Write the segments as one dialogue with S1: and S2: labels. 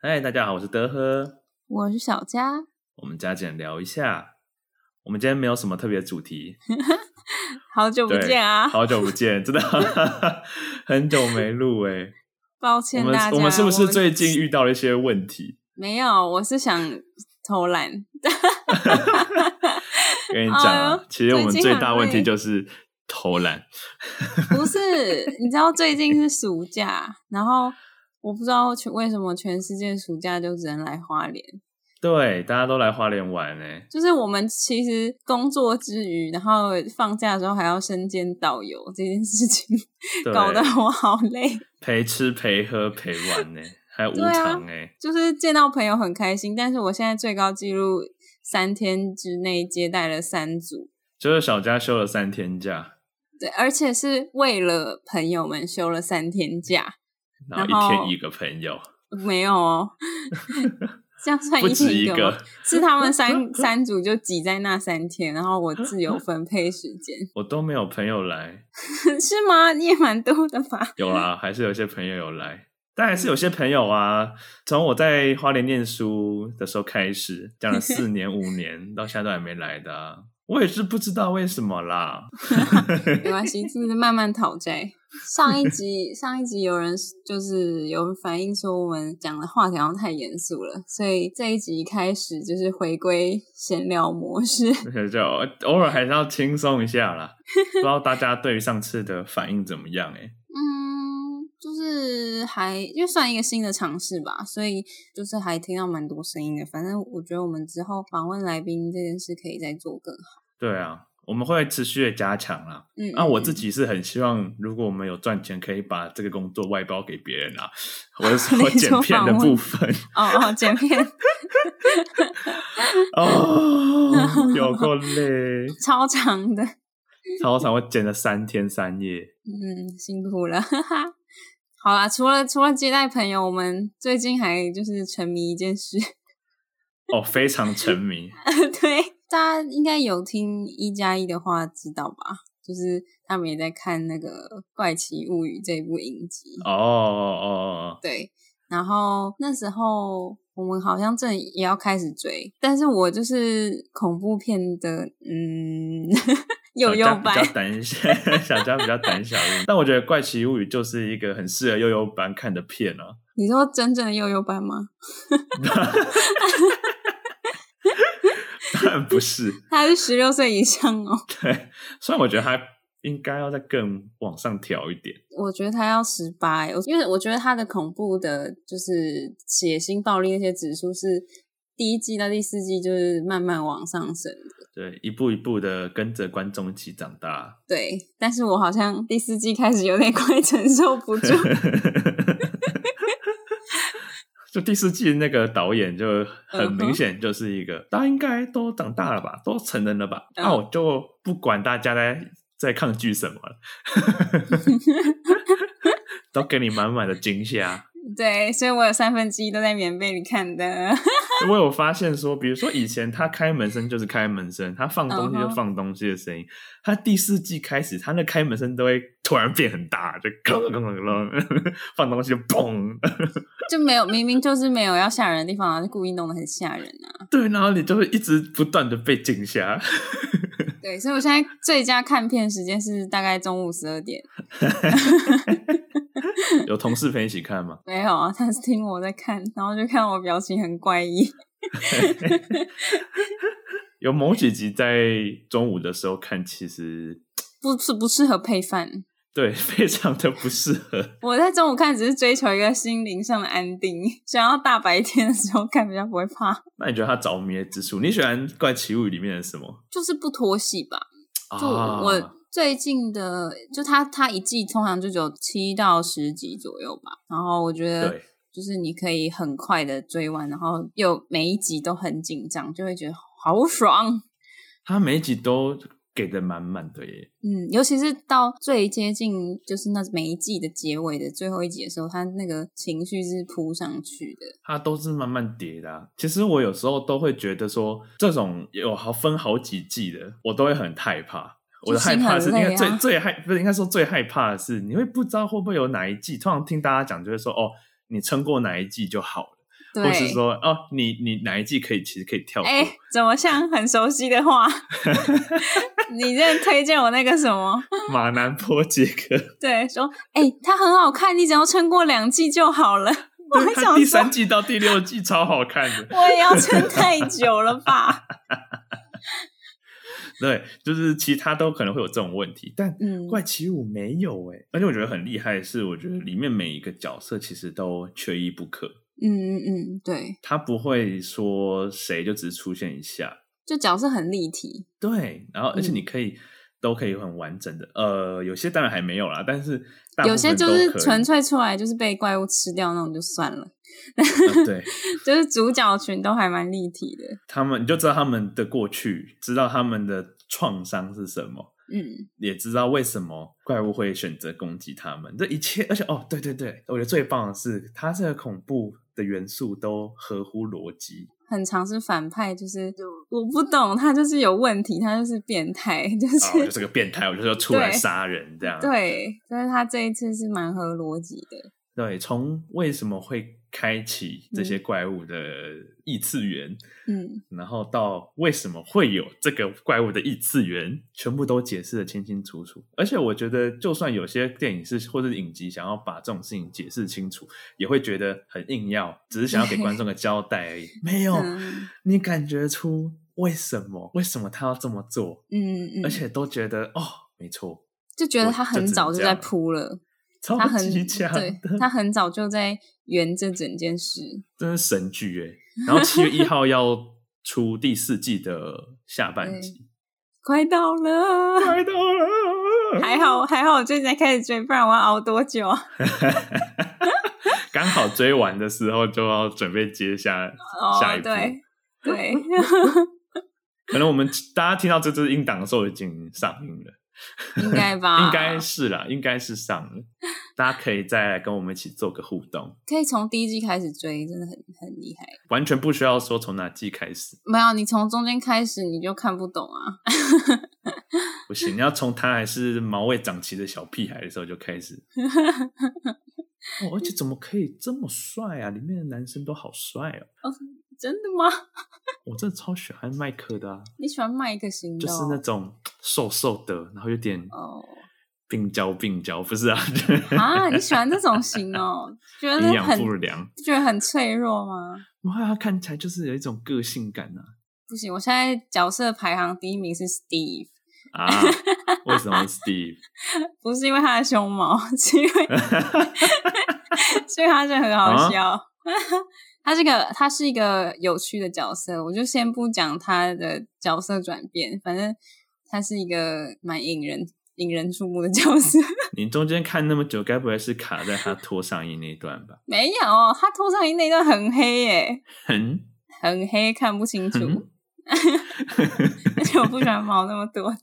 S1: 嗨，大家好，我是德呵，
S2: 我是小佳。
S1: 我们加减聊一下。我们今天没有什么特别主题，
S2: 好久不
S1: 对
S2: 见啊！
S1: 好久不见， 真的很久没录哎、
S2: 抱
S1: 我
S2: 歉
S1: 们
S2: 大家，
S1: 我们是不是
S2: 我
S1: 最近遇到了一些问题？
S2: 没有？我是想偷懒，
S1: 跟你讲啊，
S2: 哎呦
S1: 其实我们
S2: 最近
S1: 最
S2: 很
S1: 大问题
S2: 累
S1: 就是偷懒。
S2: 不是？你知道最近是暑假，然后我不知道全为什么全世界暑假就只能来花莲，
S1: 对，大家都来花莲玩哎、
S2: 就是我们其实工作之余，然后放假的时候还要身兼导游这件事情，
S1: 对，
S2: 搞得我好累。
S1: 陪吃陪喝陪玩呢、还有无
S2: 对啊
S1: 偿哎、
S2: 就是见到朋友很开心，但是我现在最高纪录三天之内接待了三组，
S1: 就是小佳休了三天假，
S2: 对，而且是为了朋友们休了三天假，
S1: 然后
S2: 然
S1: 一天
S2: 后
S1: 一个朋友，
S2: 没有哦， 这样算
S1: 不
S2: 一
S1: 止
S2: 天
S1: 一
S2: 个吗
S1: 个。
S2: 是他们 三三组就挤在那三天，然后我自由分配时间，
S1: 我都没有朋友来，
S2: 是吗？你也蛮多的吧？
S1: 有啦，还是有些朋友有来，但还是有些朋友啊。从我在花莲念书的时候开始，讲了 四年五年，到现在都还没来的啊、我也是不知道为什么啦。
S2: 没关系，就是慢慢讨债。上一集上一集有人就是有人反映说我们讲的话题好像太严肃了，所以这一集开始就是回归闲聊模式。
S1: 就偶尔还是要轻松一下啦。不知道大家对于上次的反应怎么样、欸？
S2: 嗯，就是还因为算一个新的尝试吧，所以就是还听到蛮多声音的。反正我觉得我们之后访问来宾这件事可以再做更好。
S1: 对啊，我们会持续的加强啦。
S2: 嗯，
S1: 那、啊我自
S2: 嗯
S1: 己是很希望，如果我们有赚钱，可以把这个工作外包给别人啊。我是说
S2: 你
S1: 剪
S2: 说
S1: 片的
S2: 访问
S1: 部分
S2: 哦哦，剪片
S1: 哦，有够累，
S2: 超长的，
S1: 超长，我剪了三天三夜。
S2: 嗯，辛苦了，哈哈。好啦，除了除了接待朋友，我们最近还就是沉迷一件事，
S1: 哦，非常沉迷，
S2: 对，大家应该有听一加一的话知道吧？就是他们也在看那个《怪奇物语》这部影集
S1: 哦哦哦，
S2: 对，然后那时候我们好像正也要开始追，但是我就是恐怖片的，嗯， 幼
S1: 小
S2: 幼
S1: 佳比
S2: 班
S1: 较，胆小， 小佳比较胆小一点。但我觉得《怪奇物语》就是一个很适合幼幼班看的片啊。
S2: 你说真正的幼幼班吗？
S1: 当然不是，
S2: 他是十六岁以上哦，
S1: 对，虽然我觉得它应该要再更往上调一点。
S2: 我觉得他要十八，我因为我觉得他的恐怖的，就是血腥、暴力那些指数是第一季到第四季就是慢慢往上升的。
S1: 对，一步一步的跟着观众一起长大。
S2: 对，但是我好像第四季开始有点 快承受不 住，
S1: 就第四季那个导演就很
S2: 嗯哼
S1: 明显就是一个，大家应该都长大了吧，都成人了吧？那、
S2: 嗯
S1: 我就不管大家在在抗拒什么了， 都给你满满的惊吓。
S2: 对，所以我有三分之一都在棉被里看的。
S1: 因为我发现说，比如说以前他开门声就是开门声，他放东西就
S2: 嗯哼
S1: 放东西的声音。他第四季开始，他那开门声都会突然变很大，就咯咯咯咯，放东西就嘣。
S2: 就没有明明就是没有要吓人的地方啊，就故意弄得很吓人啊。
S1: 对，然后你就会一直不断的被惊 吓。
S2: 对，所以我现在最佳看片时间是大概中午十二点。
S1: 有同事陪一起看吗？
S2: 没有啊，他是听我在看，然后就看我表情很怪异。
S1: 有某几集在中午的时候看，其实
S2: 不是不适合配饭。
S1: 对非常的不适 合。
S2: 我在中午看只是追求一个心灵上的安定，想要大白天的时候看比较不会怕，
S1: 那你觉得他着迷的之处？你喜欢《怪奇物语》里面的什么？
S2: 就是不拖戏吧。就
S1: 啊
S2: 我我最近的，就它它一季通常就只有七到十集左右吧。然后我觉得
S1: 对
S2: 就是你可以很快的追完，然后又每一集都很紧张，就会觉得好爽。
S1: 他每一集都给的满满的耶。
S2: 嗯，尤其是到最接近就是那每一季的结尾的最后一集的时候，它那个情绪是扑上去的。
S1: 它都是慢慢叠的啊、其实我有时候都会觉得说，这种有好分好几季的，我都会很害怕。我的害怕是，
S2: 就
S1: 应
S2: 心很累啊
S1: 该最最害不是应该说最害怕的是，你会不知道会不会有哪一季。通常听大家讲就会说，哦，你撑过哪一季就好了。或是
S2: 对，
S1: 说哦，你你哪一季可以其实可以跳过？
S2: 哎、怎么像很熟悉的话？ 你在推荐我那个什么？
S1: 马南波杰克，
S2: 对，说哎、它很好看，你只要撑过两季就好了。 我还
S1: 他
S2: 想
S1: 第
S2: 说
S1: 三，季到第六季超好看的。
S2: 我也要撑太久了吧？
S1: 对，就是其他都可能会有这种问题，但
S2: 嗯，
S1: 怪奇物没有
S2: 欸
S1: 哎、而且我觉得很厉害的是，我觉得里面每一个角色其实都缺一不可，
S2: 嗯嗯嗯，对，
S1: 他不会说谁就只出现一下，
S2: 就角色很立体，
S1: 对，然后而且
S2: 嗯
S1: 你可以、都可以很完整的，呃，有些当然还没有啦，但是大
S2: 有
S1: 部
S2: 些
S1: 分
S2: 就
S1: 都
S2: 是
S1: 可以
S2: 纯、粹出来就是被怪物吃掉那种就算了，
S1: 呃对
S2: 就是主角群都还蛮立体的。
S1: 他们，你就知道他们的过去，知道他们的创伤是什么。
S2: 嗯，
S1: 也知道为什么怪物会选择攻击他们。这一切，而且哦，对对对，我觉得最棒的是，它这个恐怖的元素都合乎逻辑。
S2: 很常是反派，就是我不懂他就是有问题，他就是变态， 就是、
S1: 啊，我就是个变态，我就是要出来
S2: 对
S1: 杀人这样。
S2: 对，但是他这一次是蛮合逻辑的。
S1: 对，从为什么会开启这些怪物的异次元，
S2: 嗯，
S1: 然后到为什么会有这个怪物的异次元，全部都解释的清清楚楚。而且我觉得，就算有些电影是或者是影集想要把这种事情解释清楚，也会觉得很硬要，只是想要给观众个交代而已。没有，
S2: 嗯
S1: 你感觉出为什么？为什么他要这么做？
S2: 嗯嗯，
S1: 而且都觉得哦，没错，
S2: 就觉得
S1: 我
S2: 他
S1: 就
S2: 很
S1: 只能
S2: 早
S1: 这
S2: 就在
S1: 样
S2: 铺了，
S1: 超
S2: 他很
S1: 级强
S2: 对
S1: 的，
S2: 他很早就在圆这整件事。
S1: 真是神剧诶。然后七月一号要出第四季的下半
S2: 对
S1: 集，
S2: 快到了，
S1: 快到了，
S2: 还好还好，我最近才开始追，不然我要熬多久啊？
S1: 刚好追完的时候就要准备接下，
S2: 哦
S1: 下一，步
S2: 对对，
S1: 可能我们大家听到这支音档的时候已经上映了，
S2: 应该吧？
S1: 应该是啦，应该是上了，大家可以再来跟我们一起做个互动，
S2: 可以从第一季开始追，真的很很厉害。
S1: 完全不需要说从哪季开始，
S2: 没有，你从中间开始你就看不懂啊。
S1: 不行，你要从他还是毛未长齐的小屁孩的时候就开始。哦，而且怎么可以这么帅啊？里面的男生都好帅哦，
S2: 真的吗？
S1: 我真的超喜欢麦克的啊，
S2: 你喜欢麦克型
S1: 就
S2: 的
S1: 是
S2: 哦、
S1: 那种瘦瘦的，然后有点
S2: 哦
S1: 病娇病娇，不是啊？
S2: 啊，你喜欢这种型 哦？觉得
S1: 营养
S2: 很
S1: 不良。
S2: 觉得很脆弱吗？
S1: 哇，他看起来就是有一种个性感啊 呐、
S2: 不行，我现在角色排行第一名是 Steve，
S1: 啊。为什么 Steve？
S2: 不是因为他的胸毛， 是因为所以他就很
S1: 啊
S2: 好笑。 他这个他是一个有趣的角色，我就先不讲他的角色转变，反正他是一个蛮引人引人注目的角色。
S1: 你中间看那么久，该不会是卡在他脱上衣那一段吧？
S2: 没有，他头上衣那段很黑耶，
S1: 很
S2: 很黑，看不清楚。
S1: 嗯
S2: 而且我不喜欢毛那么多的。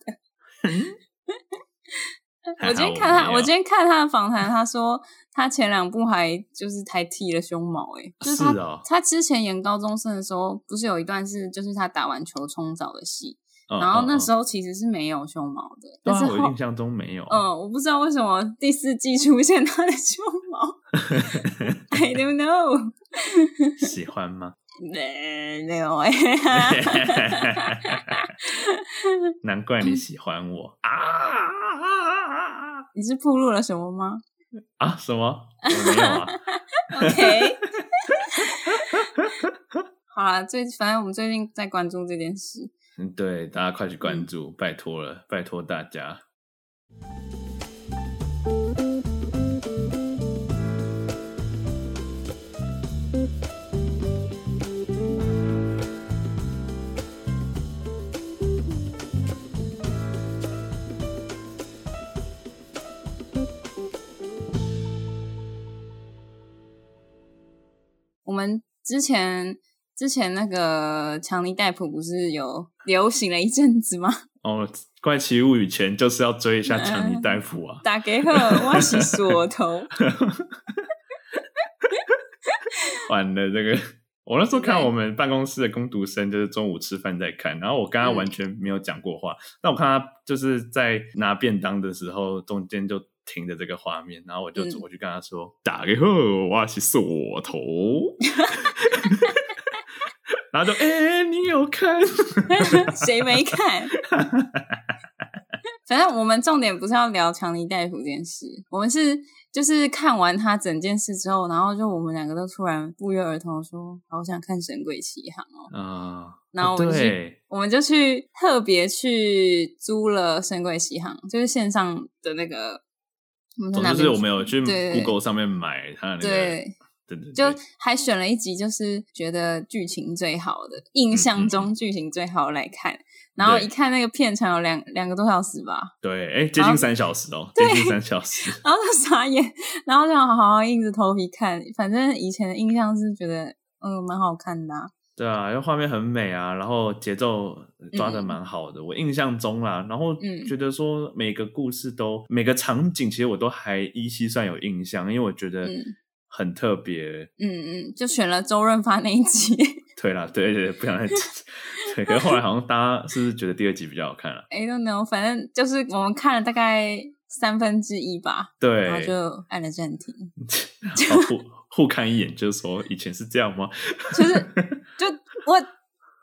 S2: 我今天看
S1: 还好
S2: 他，
S1: 没有
S2: 我今天看他的访谈，他说他前两部还就是还剃了胸毛、欸，就是他
S1: 哦
S2: 他之前演高中生的时候，不是有一段是就是他打完球冲澡的戏，
S1: 嗯
S2: 然后那时
S1: 候，
S2: 候其实是没有胸毛的，
S1: 对
S2: 但
S1: 啊
S2: 是
S1: 我
S2: 后
S1: 印象中没有。
S2: 嗯，我不知道为什么第四季出现他的胸 毛，I don't know，
S1: 喜欢吗？
S2: 没没有哎。
S1: 难怪你喜欢我啊
S2: 你是暴露了什么吗
S1: 啊！什 么？我没有啊。
S2: ？OK，好啦，最反正我们最近在关注这件事。
S1: 嗯对，大家快去关注，
S2: 嗯
S1: 拜托了，拜托大家。
S2: 我们之前之前那个强尼戴普不是有流行了一阵子吗？
S1: 哦，《怪奇物语》前就是要追一下强尼戴夫 啊。
S2: 打给 我，我是锁头。
S1: 完了，这个我那时候看
S2: 对
S1: 我们办公室的工读生，就是中午吃饭在看，然后我跟他
S2: 嗯
S1: 完全没有讲过话，但我看他就是在拿便当的时候，中间就停着这个画面，然后我就
S2: 嗯
S1: 走过去跟他说：“打给后，我要去锁头。” 然后就哎、你有看？
S2: 谁没 看？反正我们重点不是要聊强尼戴普这件事，我们是就是看完他整件事之后，然后就我们两个都突然不约而同地说，好想看《神鬼奇航》哦。
S1: 啊、
S2: 然后
S1: 哦
S2: 我们就
S1: 对，
S2: 我们就去特别去租了《神鬼奇航》，就是线上的那个，我们在
S1: 总
S2: 哪
S1: 之
S2: 边
S1: 是我
S2: 租
S1: 们有去
S2: 对
S1: Google 上面买他的那个，对对
S2: 对，
S1: 对，
S2: 就还选了一集，就是觉得剧情最好的，印象中剧情最好的来看。然后一看那个片长有两两个多小时吧，
S1: 对，哎，接
S2: 好
S1: 近三小时哦，接近三小时，
S2: 然后就傻眼，然后就好好硬着头皮看。反正以前的印象是觉得，嗯，蛮好看的啊、
S1: 对啊，因为画面很美啊，然后节奏抓的蛮好的，我印象中啦，然后
S2: 嗯
S1: 觉得说每个故事都、每个场景，其实我都还依稀算有印象，因为我觉得
S2: 嗯
S1: 很特别。
S2: 嗯嗯，就选了周润发那一集。
S1: 对啦，对对对，不想再对，可是后来好像大家是不是觉得第二集比较好 看啊？
S2: I don't know，反正就是我们看了大概三分之一吧，然后
S1: 对，
S2: 就按了暂停。
S1: 然后互互看一眼，就说以前是这样吗？
S2: 就是就我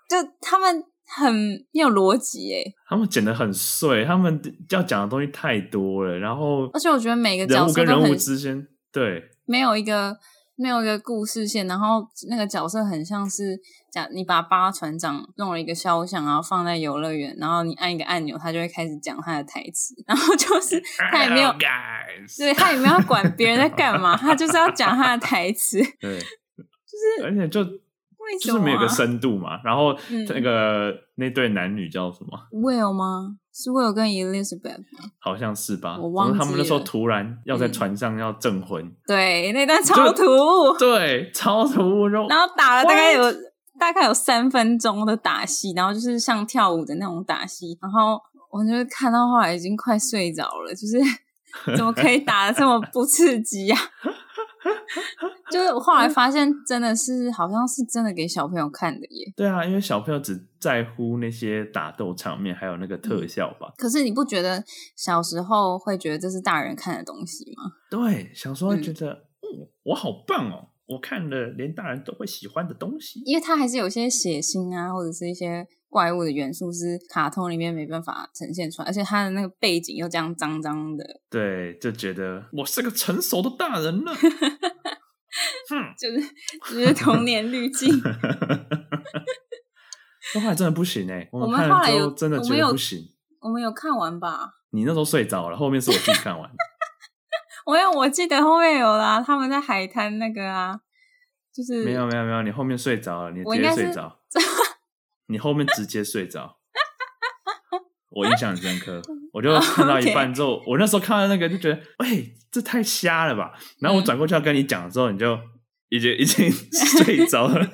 S2: 就他们很没有逻辑诶，
S1: 他们剪得很碎，他们要讲的东西太多了，然后
S2: 而且我觉得每个
S1: 人
S2: 角
S1: 物
S2: 色
S1: 跟
S2: 都
S1: 人物
S2: 很
S1: 之间，对
S2: 没有一个没有一个故事线，然后那个角色很像是假你把巴船长弄了一个肖像，然后放在游乐园，然后你按一个按钮，他就会开始讲他的台词，然后 就是 他也没有
S1: Hello,。guys，
S2: 对他也没有管别人在干嘛，他就是要讲他的台词。 为
S1: 对，就是而且就
S2: 什
S1: 就是
S2: 么、啊？
S1: 没有个深度嘛。然后
S2: 嗯
S1: 那个、那对男女叫什么？
S2: Will 吗？是 Will 跟 Elizabeth 吗？
S1: 好像是吧？
S2: 我忘记
S1: 然后他们那时候
S2: 了
S1: 突然要在
S2: 嗯
S1: 船上要证婚，
S2: 对，那段超突兀，
S1: 对，超突兀，然后
S2: 然后打了大概有大概有三分钟的打戏，然后就是像跳舞的那种打戏，然后我就是看到后来已经快睡着了，就是 怎么可以打的这么不刺激呀、 就是我后来发现，真的是好像是真的给小朋友看的耶。
S1: 对啊，因为小朋友只在乎那些打斗场面，还有那个特
S2: 嗯
S1: 效吧。
S2: 可是你不觉得小时候会觉得这是大人看的东西吗？
S1: 对，小时候
S2: 嗯
S1: 觉得，嗯，我好棒哦，我看了连大人都会喜欢的东西。
S2: 因为它还是有一些血腥啊，或者是一些怪物的元素是卡通里面没办法呈现出来，而且它的那个背景又这样脏脏的，
S1: 对，就觉得我是个成熟的大人了。哼，
S2: 就是就是童年滤镜。
S1: 我后来真的不行哎、
S2: 我们
S1: 看
S2: 后
S1: 了
S2: 来
S1: 之
S2: 有
S1: 后真的
S2: 我
S1: 觉
S2: 们
S1: 得
S2: 有
S1: 不行。
S2: 我们有看完吧？
S1: 你那时候睡着了，后面是我自己看完的。
S2: 我有，我记得后面有啦，他们在海滩那个啊，就是
S1: 没有没有没有，你后面睡着了，你
S2: 我
S1: 直
S2: 应
S1: 接睡
S2: 该是
S1: 着，你后面直接睡着，我印象很深刻。
S2: 嗯
S1: 我
S2: 哦
S1: 就看到一半之后我那时候看到那个就觉得，喂，这太瞎了吧！然后我
S2: 嗯
S1: 转过去要跟你讲的时候，你就已经已经 睡着 了。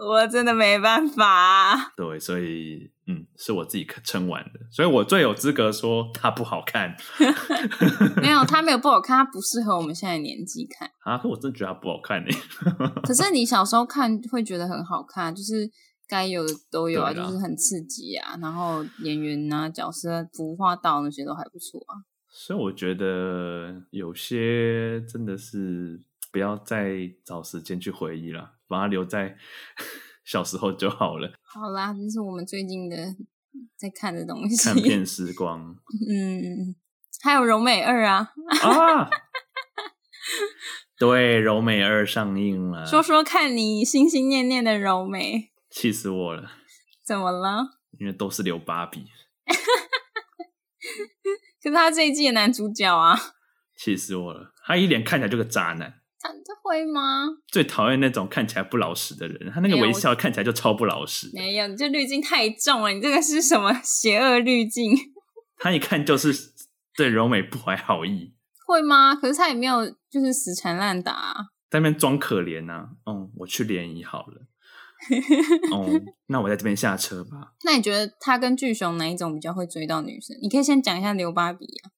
S2: 我真的没办法、啊
S1: 对，所以嗯，是我自己撑完的，所以我最有资格说它不好看
S2: 没有，它没有不好看，它不适合我们现在的年纪看。
S1: 啊！可我真的觉得它不好看欸呢、
S2: 可是你小时候看会觉得很好看，就是该有的都有啊，
S1: 对
S2: 就
S1: 啦
S2: 是很刺激啊，然后演员啊、角色、服化道那些都还不错啊。
S1: 所以我觉得有些真的是不要再找时间去回忆了，把它留在 小时候就好了。
S2: 好啦，这是我们最近的在看的东西
S1: 看。片时光
S2: 嗯，还有《柔美二》啊，
S1: 啊， 对，《柔美二》上映了，
S2: 说说看你心心念念的柔美
S1: 气死我了，
S2: 怎么了？
S1: 因为都是留芭比，
S2: 可是他这一季的男主角啊，
S1: 气死我了。他一脸看起来就个渣男，
S2: 他他会吗？
S1: 最讨厌那种看起来不老实的人，他那个
S2: 没有
S1: 微笑看起来就超不老实的，
S2: 没有，你这滤镜太重了，你这个是什么邪恶滤镜？
S1: 他一看就是对柔美不怀好意。
S2: 会吗？可是他也没有就是死缠烂打、啊。
S1: 在那边装可怜呐、啊。嗯，我去联谊好 了。哦，那我在这边下车吧。
S2: 那你觉得他跟巨熊哪一种比较会追到女生？你可以先讲一下刘芭比啊。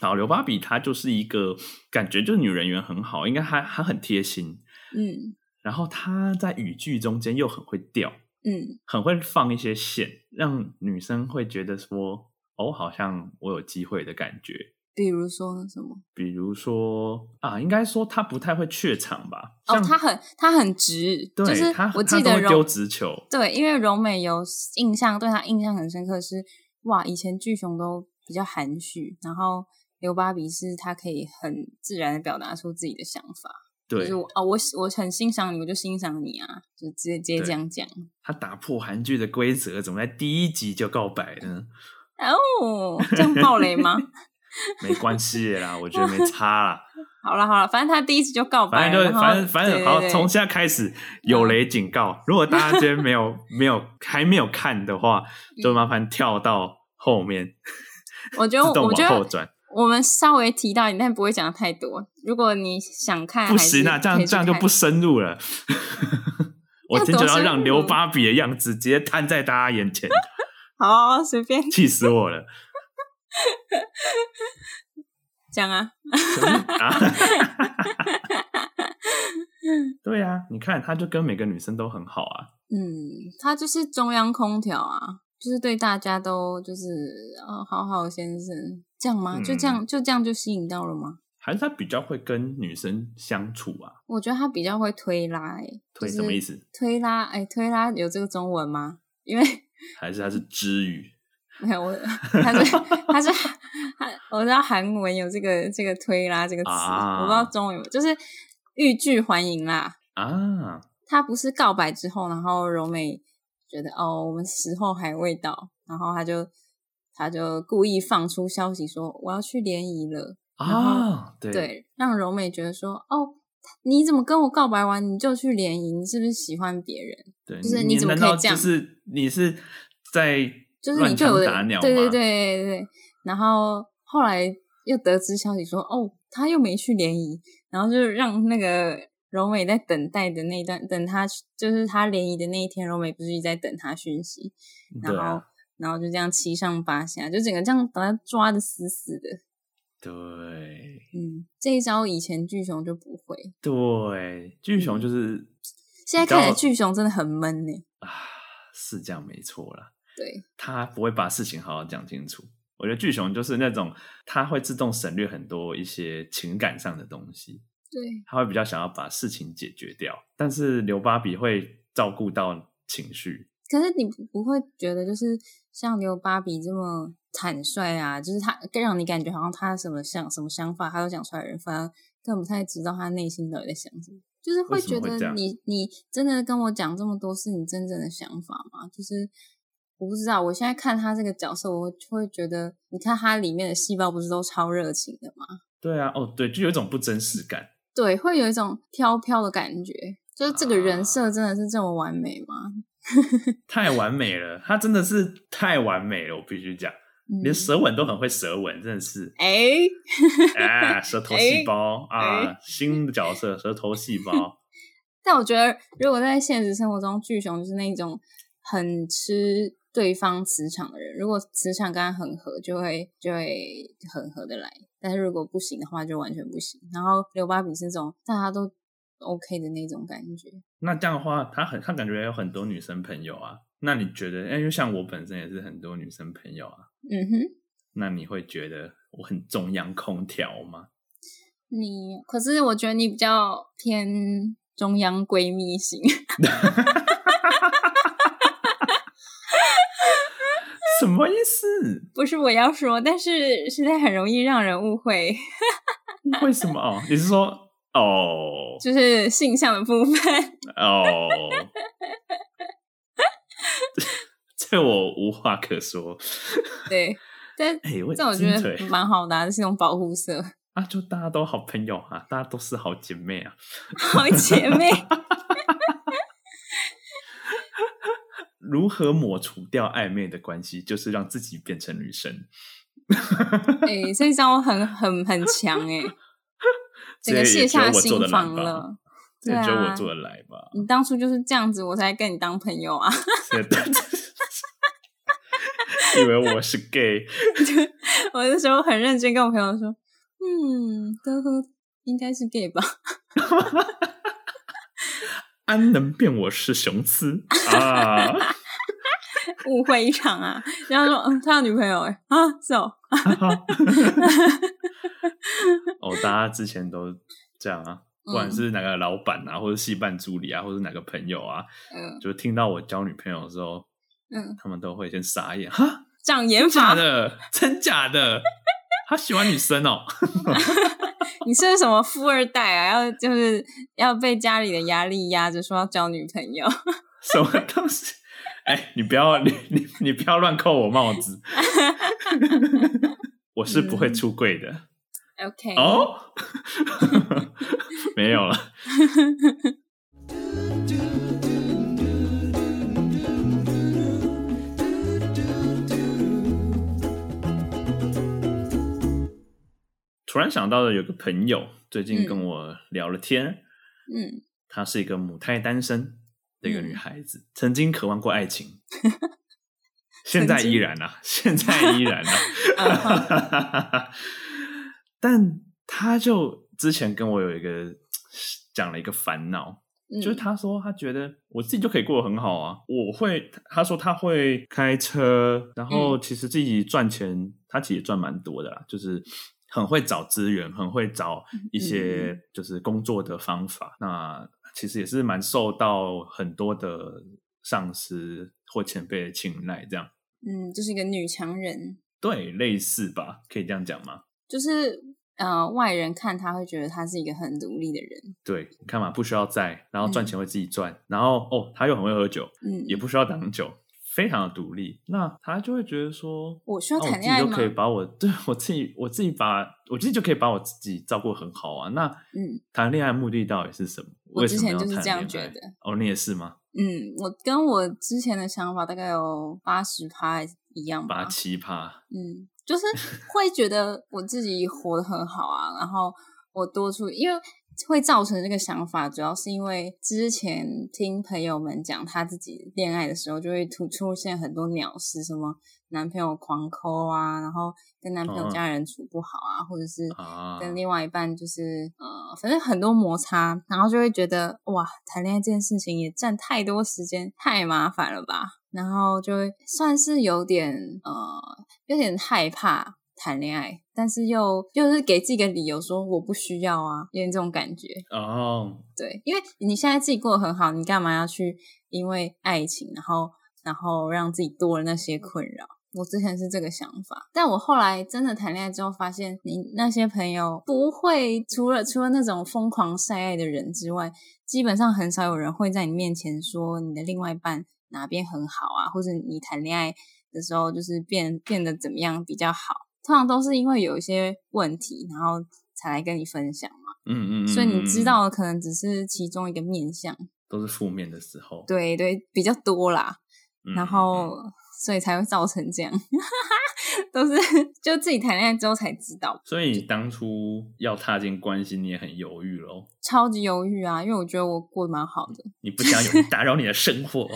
S1: 好，刘芭比她就是一个感觉就是女人缘很好，应该还还很贴心。
S2: 嗯
S1: 然后她在语句中间又很会调，
S2: 嗯
S1: 很会放一些线，让女生会觉得说哦，好像我有机会的感觉。
S2: 比如说什么？
S1: 比如说啊，应该说他不太会怯场吧？
S2: 哦，
S1: 像
S2: 他很他很直，
S1: 对
S2: 就是
S1: 他
S2: 我
S1: 他
S2: 记
S1: 都
S2: 得
S1: 会丢
S2: 荣
S1: 直球，
S2: 对，因为荣美有印象，对他印象很深刻是哇，以前巨熊都比较含蓄，然后刘芭比是他可以很自然的表达出自己的想法，就
S1: 对
S2: 是我啊、我我很欣赏你，我就欣赏你啊，就直接直接
S1: 对
S2: 这样讲。
S1: 他打破韩剧的规则，怎么在第一集就告白呢？
S2: 哦，这样暴雷吗？
S1: 没关系啦，我觉得 没差啦，
S2: 好了好了，反正他第一次就告白
S1: 反
S2: 了，
S1: 正就
S2: 哎然后
S1: 反正反正
S2: 对
S1: 好，
S2: 对对嗯
S1: 从现在开始有雷警告，如果大家今天没 有没有还没有看的话，
S2: 嗯
S1: 就麻烦跳到后面，
S2: 我觉
S1: 自
S2: 得
S1: 动
S2: 我觉
S1: 往后
S2: 得
S1: 转。
S2: 我们稍微提到你，但不会讲得太多。如果你想看，
S1: 不行啊，
S2: 哎还是
S1: 这样
S2: 可以去
S1: 这样就
S2: 看
S1: 不深入了。我
S2: 要
S1: 今天就
S2: 多
S1: 要
S2: 深
S1: 让刘
S2: 入
S1: 芭比的样子直接摊在大家眼前，
S2: 好，随便
S1: 气死我了！
S2: 讲啊。
S1: 啊， 对呀、啊，你看，她就跟每个女生都很好啊。
S2: 嗯，他就是中央空调啊，就是对大家都就是哦，好好先生，这样吗？
S1: 嗯
S2: 就这样，就这样就吸引到了吗？
S1: 还是她比较会跟女生相处啊？
S2: 我觉得他比较会推拉、欸，
S1: 推
S2: 就是
S1: 什么意思？
S2: 推拉，哎、推拉有这个中文吗？因为
S1: 还是她是知语？
S2: 没有我，他是他是他，我知道韩文有这个这个推拉这个词，
S1: 啊
S2: 我不知道中文有，就是欲拒还迎啦。
S1: 啊？
S2: 他不是告白之后，然后柔美觉得哦，我们时候还未到，然后他就他就故意放出消息说我要去联谊了，然
S1: 啊
S2: 后，
S1: 对
S2: 对，让柔美觉得说哦，你怎么跟我告白完你就去联谊？你是不是喜欢别人？
S1: 对，
S2: 就是你怎么
S1: 难道
S2: 可以这样
S1: 就是你是在
S2: 就是你
S1: 乱
S2: 对我
S1: 枪
S2: 的
S1: 打鸟吗？
S2: 对对对对对。然后后来又得知消息说，哦，他又没去联谊，然后就让那个柔美在等待的那一段，等他去就是他联谊的那一天，柔美不是一直在等他讯息，然
S1: 对啊
S2: 后然后就这样七上八下，就整个这样把他抓的死死的。
S1: 对
S2: 嗯，这一招以前巨熊就不会，
S1: 对，巨熊就是
S2: 嗯现在看起
S1: 你
S2: 来
S1: 知道
S2: 巨熊真的很闷呢、
S1: 啊，是这样没错啦。
S2: 对，
S1: 他不会把事情好好讲清楚。我觉得巨熊就是那种他会自动省略很多一些情感上的东西，
S2: 对，
S1: 他会比较想要把事情解决掉。但是刘芭比会照顾到情绪，
S2: 可是你不不会觉得就是像刘芭比这么坦率啊，就是他让你感觉好像他什么想什么想法，他都讲出来的人，反而更不太知道他内心到底在想什么。就是
S1: 为
S2: 会
S1: 什么
S2: 觉
S1: 会这
S2: 得
S1: 样
S2: 你你真的跟我讲这么多是你真正的想法吗？就是我不知道，我现在看他这个角色，我会会觉得，你看他里面的细胞不是都超热情的吗？
S1: 对啊，哦对，就有一种不真实感。
S2: 对，会有一种飘飘的感觉，就是这个人
S1: 啊
S2: 设真的是这么完美吗？
S1: 太完美了，他真的是太完美了，我必须讲，
S2: 嗯，
S1: 连舌吻都很会舌吻，真的是
S2: 哎，
S1: 啊，舌头细胞
S2: 哎
S1: 啊，新的角色舌头细胞，
S2: 但我觉得，如果在现实生活中，巨熊就是那种很吃对方磁场的人。如果磁场跟他很合，就会就会很合得来；但是如果不行的话，就完全不行。然后刘芭比是那种大家都 OK 的那种感觉。
S1: 那这样的话，他很他感觉有很多女生朋友啊。那你觉得，哎因为像我本身也是很多女生朋友啊，
S2: 嗯哼，
S1: 那你会觉得我很中央空调吗？
S2: 你可是我觉得你比较偏中央闺蜜型，
S1: 什么意思？
S2: 不是我要说，但是实在很容易让人误会，
S1: 为什么？哦，你是说哦
S2: 就是性向的部分。
S1: 哦？ 这我无话可说。
S2: 对，但
S1: 哎、我
S2: 这我觉
S1: 真
S2: 得
S1: 的欸
S2: 蛮好的、啊，这是一种保护色。
S1: 啊，就大家都好朋友啊，大家都是好姐妹啊。
S2: 好姐妹，
S1: 如何抹除掉暧昧的关系，就是让自己变成女神。
S2: 哎、这一招很很很强哎、整
S1: 这
S2: 个
S1: 也
S2: 卸
S1: 只有
S2: 下
S1: 我做
S2: 心
S1: 得来
S2: 防
S1: 吧
S2: 了。
S1: 这
S2: 对啊
S1: 只有我做得来吧？
S2: 你当初就是这样子，我才跟你当朋友啊！
S1: 是的 以为我是 gay，
S2: 我那时候很认真跟我朋友说，嗯，呵呵，应该是 gay 吧？
S1: 安能辨我是雄雌啊？
S2: 误会一场啊。然后说，嗯，他有女朋友哎、啊，是哦，
S1: 哦，大家之前都这样啊，不
S2: 嗯
S1: 管是哪个老板啊，或者戏办助理啊，或者哪个朋友啊，
S2: 嗯
S1: 就听到我交女朋友的时候，
S2: 嗯，
S1: 他们都会先傻眼，哈，
S2: 障眼
S1: 假
S2: 法，
S1: 的，真假的，他喜欢女生哦，
S2: 你是不是什么富二代啊？要就是要被家里的压力压着，说要交女朋友，
S1: 什么东西？哎，你不要，你你你不要乱扣我帽子，我是不会出柜的。
S2: OK，、
S1: 哦， 没有了。突然想到了，有个朋友最近跟我聊了天，
S2: 嗯，
S1: 她是一个母胎单身的一个女孩子，曾经渴望过爱情，现在依然啊，现在依然
S2: 嗯
S1: 啊， 但她就之前跟我有一个讲了一个烦恼，
S2: 嗯
S1: 就是他说他觉得我自己就可以过得很好啊，我会，他说他会开车，然
S2: 嗯
S1: 后其实自己赚钱，他其实赚蛮多的啦，就是很会找资源，很会找
S2: 嗯
S1: 一些就是工作的方法。那其实也是蛮受到很多的上司或前辈的青睐，这样
S2: 嗯，就是一个女强人，
S1: 对，类似吧，可以这样讲吗？
S2: 就是呃，外人看她会觉得她是一个很独立的人，
S1: 对，你看嘛，不需要债，然后赚
S2: 嗯
S1: 钱会自己赚，然后哦，他又很会喝酒，
S2: 嗯，
S1: 也不需要挡酒，非常的独立。那他就会觉得说，
S2: 我需要
S1: 那
S2: 谈恋爱
S1: 我自己
S2: 吗
S1: 就可以？把我 对我自己，我自己把我自己就可以把我自己照顾得很好啊。那
S2: 嗯，
S1: 谈恋爱的目的到底是什么？
S2: 我
S1: 为
S2: 之
S1: 什么
S2: 前
S1: 要
S2: 就是
S1: 谈
S2: 这样
S1: 恋
S2: 觉
S1: 爱
S2: 得。
S1: 哦，你也是吗？
S2: 嗯，我跟我之前的想法大概有八十趴一样吧
S1: 八。七趴，
S2: 嗯，就是会觉得我自己活得很好啊，然后我多出，因为会造成这个想法，主要是因为之前听朋友们讲他自己恋爱的时候，就会突出现很多鸟事，什么男朋友狂抠啊，然后跟男朋友
S1: 嗯
S2: 家人处不好啊，或者是
S1: 啊
S2: 跟另外一半就是呃，反正很多摩擦，然后就会觉得哇，谈恋爱这件事情也占太多时间，太麻烦了吧？然后就会算是有点呃，有点害怕谈恋爱，但是又就是给自己一个理由说我不需要啊，有点这种感觉。
S1: 哦，
S2: 对，因为你现在自己过得很好，你干嘛要去因为爱情，然后然后让自己多了那些困扰？我之前是这个想法，但我后来真的谈恋爱之后，发现你那些朋友不会，除了除了那种疯狂晒爱的人之外，基本上很少有人会在你面前说你的另外一半哪边很好啊，或者你谈恋爱的时候就是变变得怎么样比较好。通常都是因为有一些问题，然后才来跟你分享。
S1: 嗯嗯嗯，
S2: 所以你知
S1: 嗯嗯
S2: 道的可能只是其中一个面相，
S1: 都是负面的时候，
S2: 对对，比较多啦，
S1: 嗯，
S2: 然后所以才会造成这样， 都是就自己谈恋爱之后才知道，
S1: 所以你当初要踏进关系，你也很犹豫咯。
S2: 超级犹豫啊，因为我觉得我过得蛮好的，
S1: 你 不想有人打扰你的生活，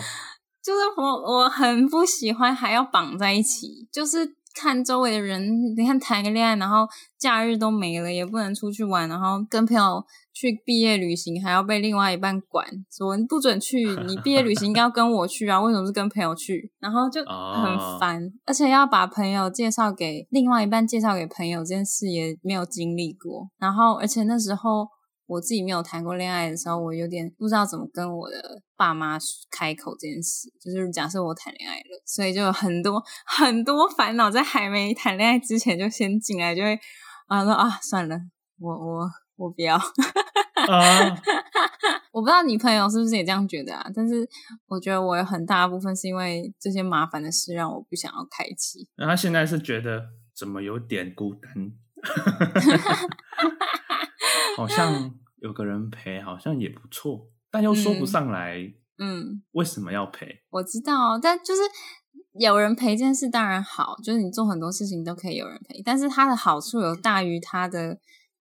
S2: 就是我我很不喜欢还要绑在一起，就是看周围的人，你看谈个恋爱，然后假日都没了，也不能出去玩，然后跟朋友去毕业旅行，还要被另外一半管，说你不准去，你毕业旅行应该要跟我去啊，为什么是跟朋友去？然后就
S1: 哦
S2: 很烦，而且要把朋友介绍给另外一半，介绍给朋友这件事也没有经历过，然后而且那时候。我自己没有谈过恋爱的时候，我有点不知道怎么跟我的爸妈开口这件事。就是假设我谈恋爱了，所以就有很多 很多烦恼在还没谈恋爱之前就先进来，就会啊说啊算了，我我我不要。
S1: 啊，
S2: 我不知道你朋友是不是也这样觉得啊？但是我觉得我有很大部分是因为这些麻烦的事让我不想要开启。
S1: 那他现在是觉得怎么有点孤单，好像有个人陪，好像也不错，但又说不上来
S2: 嗯，
S1: 为什么要陪。
S2: 我知道，但就是有人陪这件事当然好，就是你做很多事情都可以有人陪，但是它的好处有大于它的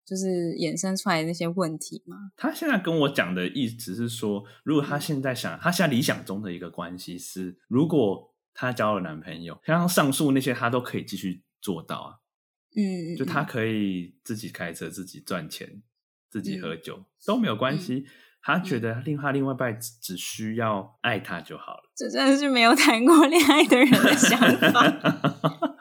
S2: 就是衍生出来的那些问题嘛。
S1: 他现在跟我讲的意思是说，如果他现在想，他现在理想中的一个关系是，如果他交了男朋友，像上述那些他都可以继续做到啊，
S2: 嗯，
S1: 就他可以自己开车、自己赚钱、自己喝酒都没有关系。他觉得另他另外一半只只需要爱他就好了。
S2: 这真的是没有谈过恋爱的人的想 法。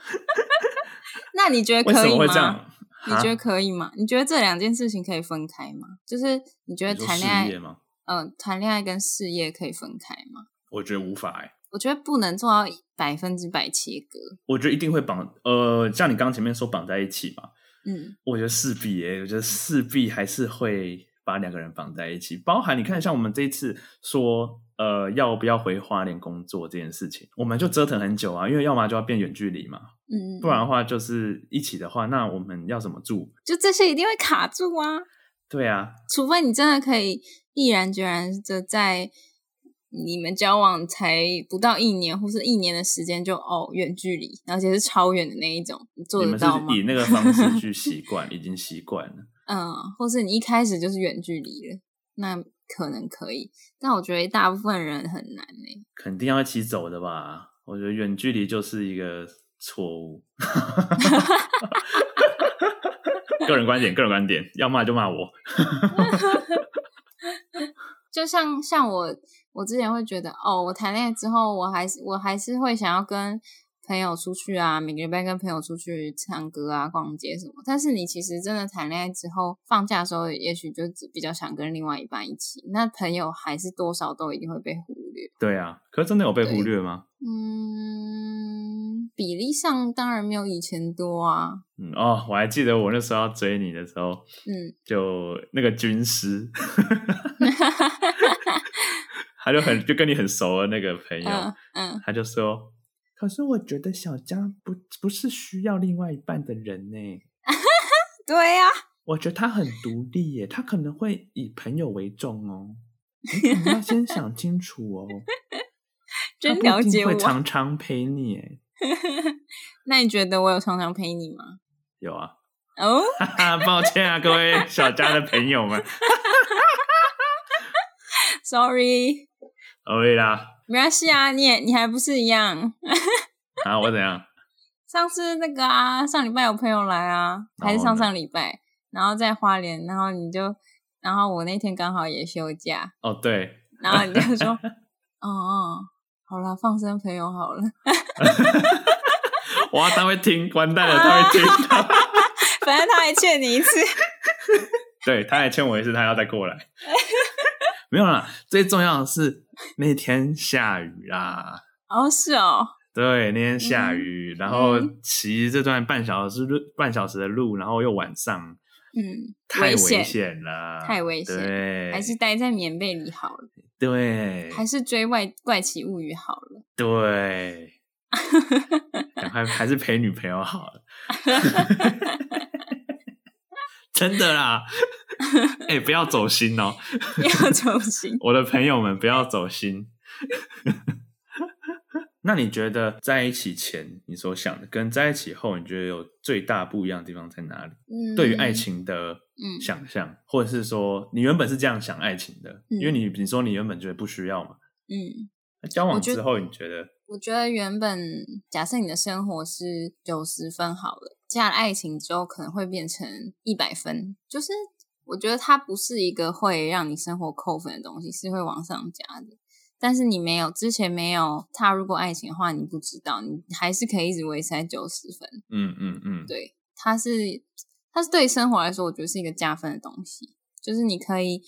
S2: 那你 觉得
S1: 为
S2: 可
S1: 什么
S2: 以吗？
S1: 会这样？
S2: 你
S1: 啊
S2: 觉得可以吗？你觉得这两件事情可以分开吗？就是你觉得
S1: 你说
S2: 谈恋
S1: 事
S2: 爱
S1: 业，吗？
S2: 嗯、谈恋爱跟事业可以分开吗？
S1: 我觉得无法哎、
S2: 我觉得不能做到百分之百切割。
S1: 我觉得一定会绑呃，像你刚刚前面说绑在一起嘛，
S2: 嗯，
S1: 我觉得势必耶、我觉得势必还是会把两个人绑在一起。包含你看，像我们这一次说，呃，要不要回花莲工作这件事情，我们就折腾很久啊，因为要么就要变远距离嘛，
S2: 嗯，
S1: 不然的话就是一起的话，那我们要怎么住？
S2: 就这些一定会卡住啊。
S1: 对啊，
S2: 除非你真的可以毅然决然的在你们交往才不到一年或是一年的时间就哦远距离，而且是超远的那一种，你做
S1: 你
S2: 得
S1: 们是
S2: 到吗？
S1: 以那个方式去习惯， 已经习惯了。
S2: 嗯，或是你一开始就是远距离了，那可能可以，但我觉得大部分人很难欸呢、
S1: 肯定要一起走的吧？我觉得远距离就是一个错误。 个人观点，个人观点，要骂就骂我。
S2: 就像像我，我之前会觉得哦，我谈恋爱之后，我还是我还是会想要跟朋友出去啊，每个礼拜跟朋友出去唱歌啊、逛街什么。但是你其实真的谈恋爱之后，放假的时候，也许就只比较想跟另外一半一起，那朋友还是多少都一定会被忽略。
S1: 对啊，可是真的有被忽略吗？
S2: 嗯，比例上当然没有以前多啊。
S1: 嗯哦，我还记得我那时候要追你的时候，
S2: 嗯，
S1: 就那个军师，他就很就跟你很熟的那个朋友，
S2: 嗯 嗯，
S1: 他就说：“可是我觉得小江不不是需要另外一半的人呢、
S2: 对啊呀、
S1: 我觉得他很独立耶，他可能会以朋友为重哦。你可能要先想清楚 哦，
S2: 真了
S1: 他
S2: 解
S1: 不一定
S2: 我
S1: 会。常常陪你耶。
S2: 那你觉得我有常常陪你吗？
S1: 有啊，
S2: 哦、
S1: 哈哈，抱歉啊，各 位小家的朋友们
S2: s o r r y
S1: ，OK 哦啦。
S2: 没关系啊，你也你还不是一样。
S1: 啊，我怎样？
S2: 上次那个啊，上礼拜有朋友来啊，
S1: 然后呢
S2: 还是上上礼拜，然后在花莲，然后你就，然后我那天刚好也休假，
S1: 哦，对，
S2: 然后你就 说，哦哦，好啦，放生朋友好了，
S1: 哇，他会听，完蛋了，他会 听到。
S2: 反正他还欠你一次，
S1: 对，他还欠我一次，他要再过来。 没有啦，最重要的是那天下雨啦。
S2: 哦是哦，
S1: 对，那天下
S2: 嗯
S1: 雨，然后骑这段半小时路、半小时的路，然后又晚上，
S2: 嗯，
S1: 太危
S2: 险，
S1: 险了，
S2: 太危险
S1: 对，
S2: 还是待在棉被里好了，
S1: 对，
S2: 还是追外怪奇物语好了，
S1: 对，赶快还是陪女朋友好 了，真的啦，哎、不要走心哦，
S2: 不要走心。
S1: 我的朋友们不要走心。 那你觉得在一起前你所想的，跟在一起后，你觉得有最大不一样的地方在哪里？
S2: 嗯，
S1: 对于爱，情的
S2: 嗯
S1: 想象，或者是说你原本是这样想爱情的，
S2: 嗯
S1: 因为你你说你原本觉得不需要嘛，
S2: 嗯。
S1: 那交往
S2: 我觉得
S1: 之后你觉得
S2: 我觉得原本假设你的生活是九十分好了，加了爱情之后可能会变成一百分，就是我觉得它不是一个会让你生活扣分的东西，是会往上加的。但是你没有之前没有踏入过爱情的话，你不知道，你还是可以一直维持在九十分。
S1: 嗯嗯嗯，
S2: 对，它是它是对生活来说，我觉得是一个加分的东西，就是你可以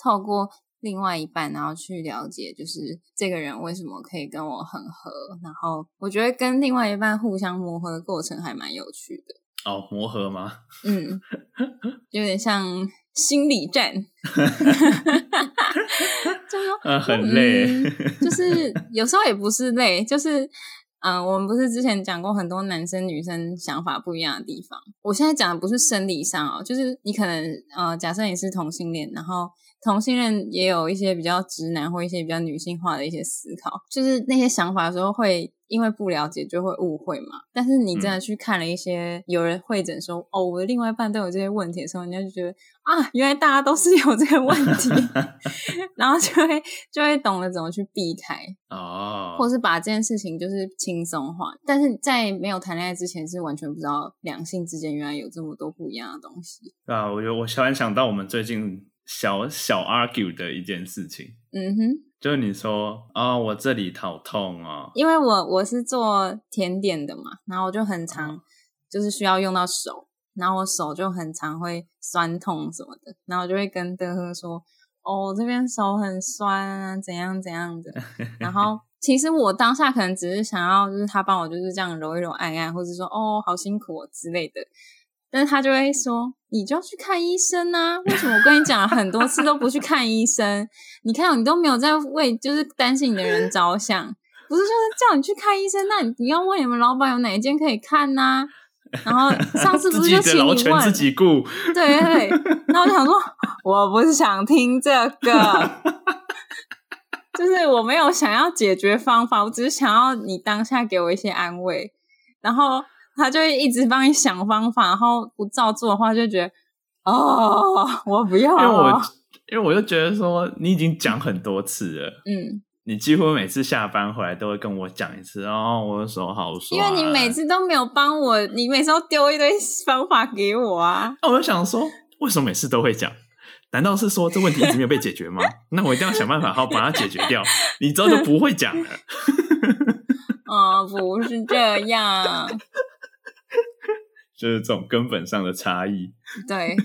S2: 透过另外一半，然后去了解，就是这个人为什么可以跟我很合，然后我觉得跟另外一半互相磨合的过程还蛮有趣的，
S1: 哦，磨合吗？
S2: 嗯，有点像心理战， 就是说
S1: 呃，很累，
S2: 嗯就是有时候也不是累，就是嗯、呃我们不是之前讲过很多男生女生想法不一样的地方。我现在讲的不是生理上哦，就是你可能呃，假设你是同性恋，然后同性恋也有一些比较直男或一些比较女性化的一些思考，就是那些想法的时候会。因为不了解就会误会嘛，但是你真的去看了一些有人会诊说、哦，我的另外一半都有这些问题的时候，人家就觉得啊，原来大家都是有这个问题， 然后就会就会懂得怎么去避开，
S1: 哦，
S2: 或是把这件事情就是轻松化。但是在没有谈恋爱之前，是完全不知道两性之间原来有这么多不一样的东西。
S1: 对啊，我觉得我突然想到，我们最近小小 argue 的一件事情，
S2: 嗯哼，
S1: 就是你说啊、我这里好痛哦，
S2: 因为我我是做甜点的嘛，然后我就很常就是需要用到手，然后我手就很常会酸痛什么的，然后我就会跟德赫说：“哦，这边手很酸啊，怎样怎样的。”然后其实我当下可能只是想要就是他帮我就是这样揉一揉按一按，或者说“哦，好辛苦哦”之类的。但是他就会说：“你就要去看医生啊！为什么我跟你讲了很多次都不去看医生？你看你都没有在为就是担心你的人着想，不是就是叫你去看医生？那你你要问你们老板有哪一间可以看呐、然后 上次不
S1: 自己
S2: 是就
S1: 的
S2: 请你
S1: 劳
S2: 问？
S1: 权自己 顾，
S2: 对对对，然后我就想说，我不是想听这 个，就是我没有想要解决方法，我只是想要你当下给我一些安慰。然后他就会一直帮你想方法，然后不照做的话，就觉得哦，我不要哦
S1: 因为我
S2: 了，
S1: 因为我就觉得说你已经讲很多次了。
S2: 嗯，
S1: 你几乎每次下班回来都会跟我讲一次，哦，我的手好啊酸。
S2: 因为你每次都没有帮我，你每次都丢一堆方法给我啊。
S1: 那我就想说，为什么每次都会讲？难道是说这问题一直没有被解决吗？那我一定要想办法好把它解决掉。你之后就不会讲了。
S2: 哦，不是这样，
S1: 就是这种根本上的差异。
S2: 对，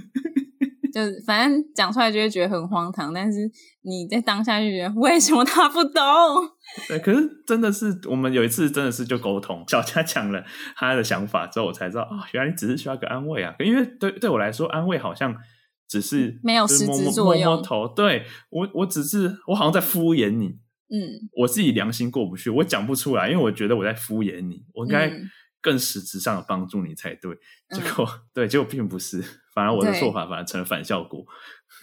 S2: 就是反正讲出来就会觉得很荒唐，但是你在当下就觉得为什么他不懂？
S1: 对，可是真的是我们有一次真的是就沟通，小佳讲了他的想法之后，我才知道啊、原来你只是需要个安慰啊。因为对对我来说，安慰好像只是
S2: 没有
S1: 就是
S2: 实质
S1: 摸摸
S2: 作用
S1: 摸摸头，对我我只是我好像在敷衍你，
S2: 嗯，
S1: 我自己良心过不去，我讲不出来，因为我觉得我在敷衍你，我应该
S2: 嗯
S1: 更实质上的帮助你才对。
S2: 嗯
S1: 结果、对，结果并不是，反而我的
S2: 对
S1: 做法反而成了反效果。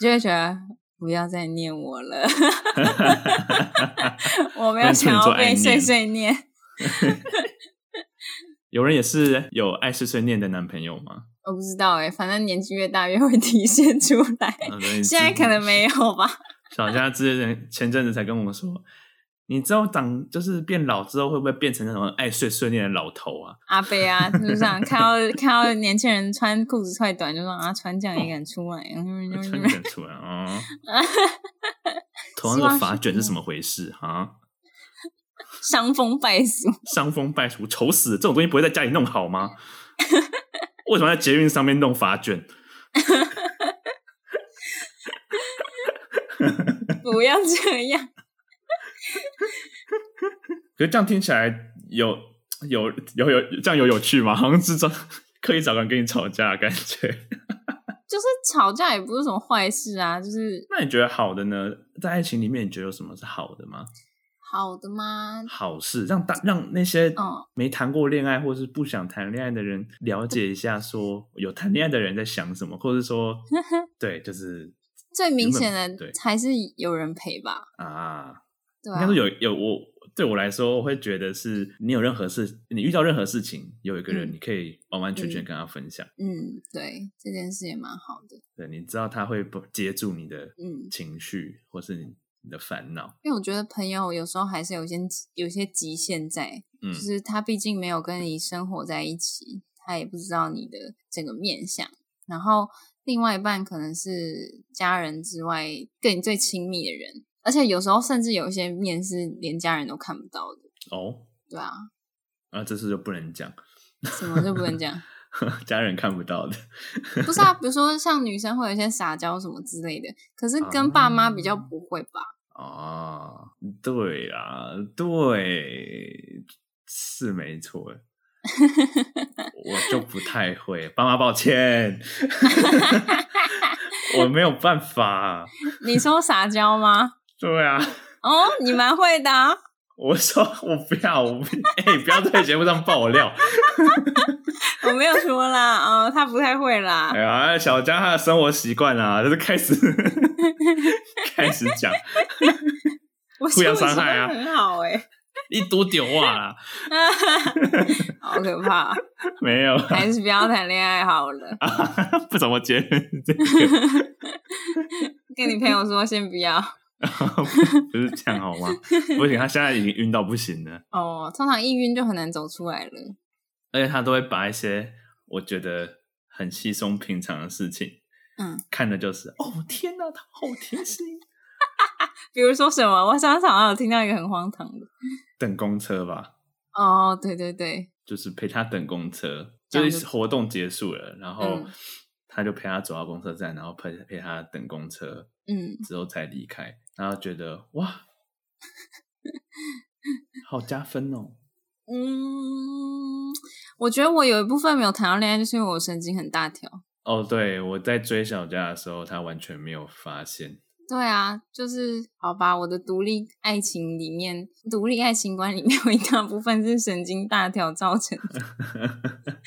S2: 就会觉得不要再念我 了，我没有想要被碎碎念。
S1: 有人也是有爱碎碎念的男朋友吗？
S2: 我不知道哎、反正年纪越大越会体现出来。
S1: 嗯 所以 你
S2: 现在
S1: 自
S2: 可能没有吧？
S1: 小佳之前前阵子才跟我说，你知道长就是变老之后会不会变成那种爱碎碎念的老头啊？
S2: 阿贝啊，就是这样，看到看到年轻人穿裤子太短，就说啊，穿这样也敢出来？
S1: 我 突
S2: 嗯
S1: 然想出来 啊！哦头上那个发
S2: 嗯
S1: 卷是什么回事啊？
S2: 伤风败俗。
S1: 伤风败俗，丑死了！这种东西不会在家里弄好吗？ 为什么在捷运上面弄发卷？
S2: 不要这样。
S1: 可是这样听起来有有有有这样有有趣吗？好像是找刻意找人跟你吵架的感觉。
S2: 就是吵架也不是什么坏事啊，就是
S1: 那你觉得好的呢？在爱情里面，你觉得有什么是好的吗？
S2: 好的吗？
S1: 好事，让大让那些
S2: 嗯
S1: 没谈过恋爱或是不想谈恋爱的人了解一下，说有谈恋爱的人在想什么，或者说对，就是
S2: 最明显的
S1: 对
S2: 还是有人陪吧，
S1: 啊，
S2: 对
S1: 应
S2: 吧、
S1: 该说有有我对我来说，我会觉得是你有任何事，你遇到任何事情，有一个人
S2: 嗯
S1: 你可以完完全全
S2: 嗯
S1: 跟他分享，
S2: 嗯，对，这件事也蛮好的，
S1: 对，你知道他会不接住你的
S2: 嗯，
S1: 情绪或是你你的烦恼，
S2: 因为我觉得朋友有时候还是有一些有一些极限在，
S1: 嗯
S2: 就，是他毕竟没有跟你生活在一起，他也不知道你的整个面相，然后另外一半可能是家人之外跟你最亲密的人，而且有时候甚至有一些面是连家人都看不到的，
S1: 哦，
S2: 对啊，
S1: 啊，这事就不能讲，
S2: 什么就不能讲。
S1: 家人看不到的，
S2: 不是啊，比如说像女生会有一些撒娇什么之类的，可是跟爸妈比较不会吧？
S1: 啊，对啦，对，是没错。我就不太会，爸妈抱歉，我没有办法。
S2: 你说撒娇吗？
S1: 对啊，
S2: 哦，你蛮会的、啊，
S1: 我说我不要，我不哎、不要在节目上爆料。
S2: 我没有说啦，哦，他不太会啦
S1: 哎。呀，小江他的生活习惯啊，就是开始开始讲
S2: 我
S1: 互相
S2: 生活
S1: 伤害啊
S2: 习惯很好哎、
S1: 一嘟丢话啦，
S2: 好可怕，啊
S1: 没有，
S2: 还是不要谈恋爱好了。
S1: 啊不怎么结论是这个。
S2: 跟你朋友说先不要
S1: 不是这样好吗？不行，他现在已经晕到不行了，
S2: 哦，通常一晕就很难走出来了。
S1: 而且他都会把一些我觉得很稀松平常的事情，
S2: 嗯，
S1: 看的就是哦天哪，他好贴心。
S2: 比如说什么？我上次好像有听到一个很荒唐的。
S1: 等公车吧，
S2: 哦，对对对，
S1: 就是陪他等公车，
S2: 这样
S1: 就
S2: 就是
S1: 活动结束了，然后
S2: 嗯
S1: 他就陪他走到公车站，然后陪陪他等公车
S2: 嗯，
S1: 之后才离开，然后觉得哇，好加分哦。
S2: 嗯，我觉得我有一部分没有谈到恋爱，就是因为我神经很大条。
S1: 哦，对，我在追小佳的时候，他完全没有发现。
S2: 对啊，就是好吧，我的独立爱情里面，独立爱情观里面有一大部分是神经大条造成的。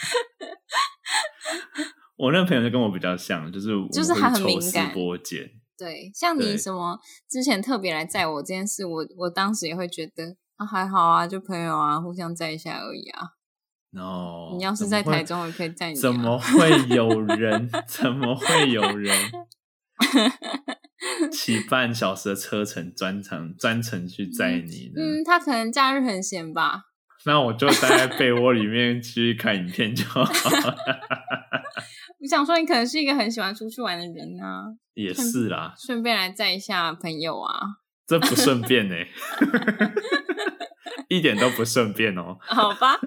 S1: 我那个朋友就跟我比较像，就是我们
S2: 就是
S1: 会
S2: 他很
S1: 抽
S2: 敏
S1: 丝
S2: 感
S1: 剥茧。
S2: 对，像
S1: 对
S2: 你什么之前特别来载我这件事，我我当时也会觉得啊还好啊，就朋友啊，互相载一下而已啊。
S1: 然后
S2: 你要
S1: 怎
S2: 是
S1: 么
S2: 在
S1: 会
S2: 台中我可以载你啊
S1: 怎 么会有人？怎么会有人骑半小时的车程专程专程去载你呢？
S2: 嗯，他可能假日很闲吧，
S1: 那我就待在被窝里面去看影片就好，
S2: 我想说，你可能是一个很喜欢出去玩的人啊，
S1: 也是啦，
S2: 顺便来载一下朋友啊，
S1: 这不顺便 呢、一点都不顺便哦。
S2: 好 吧？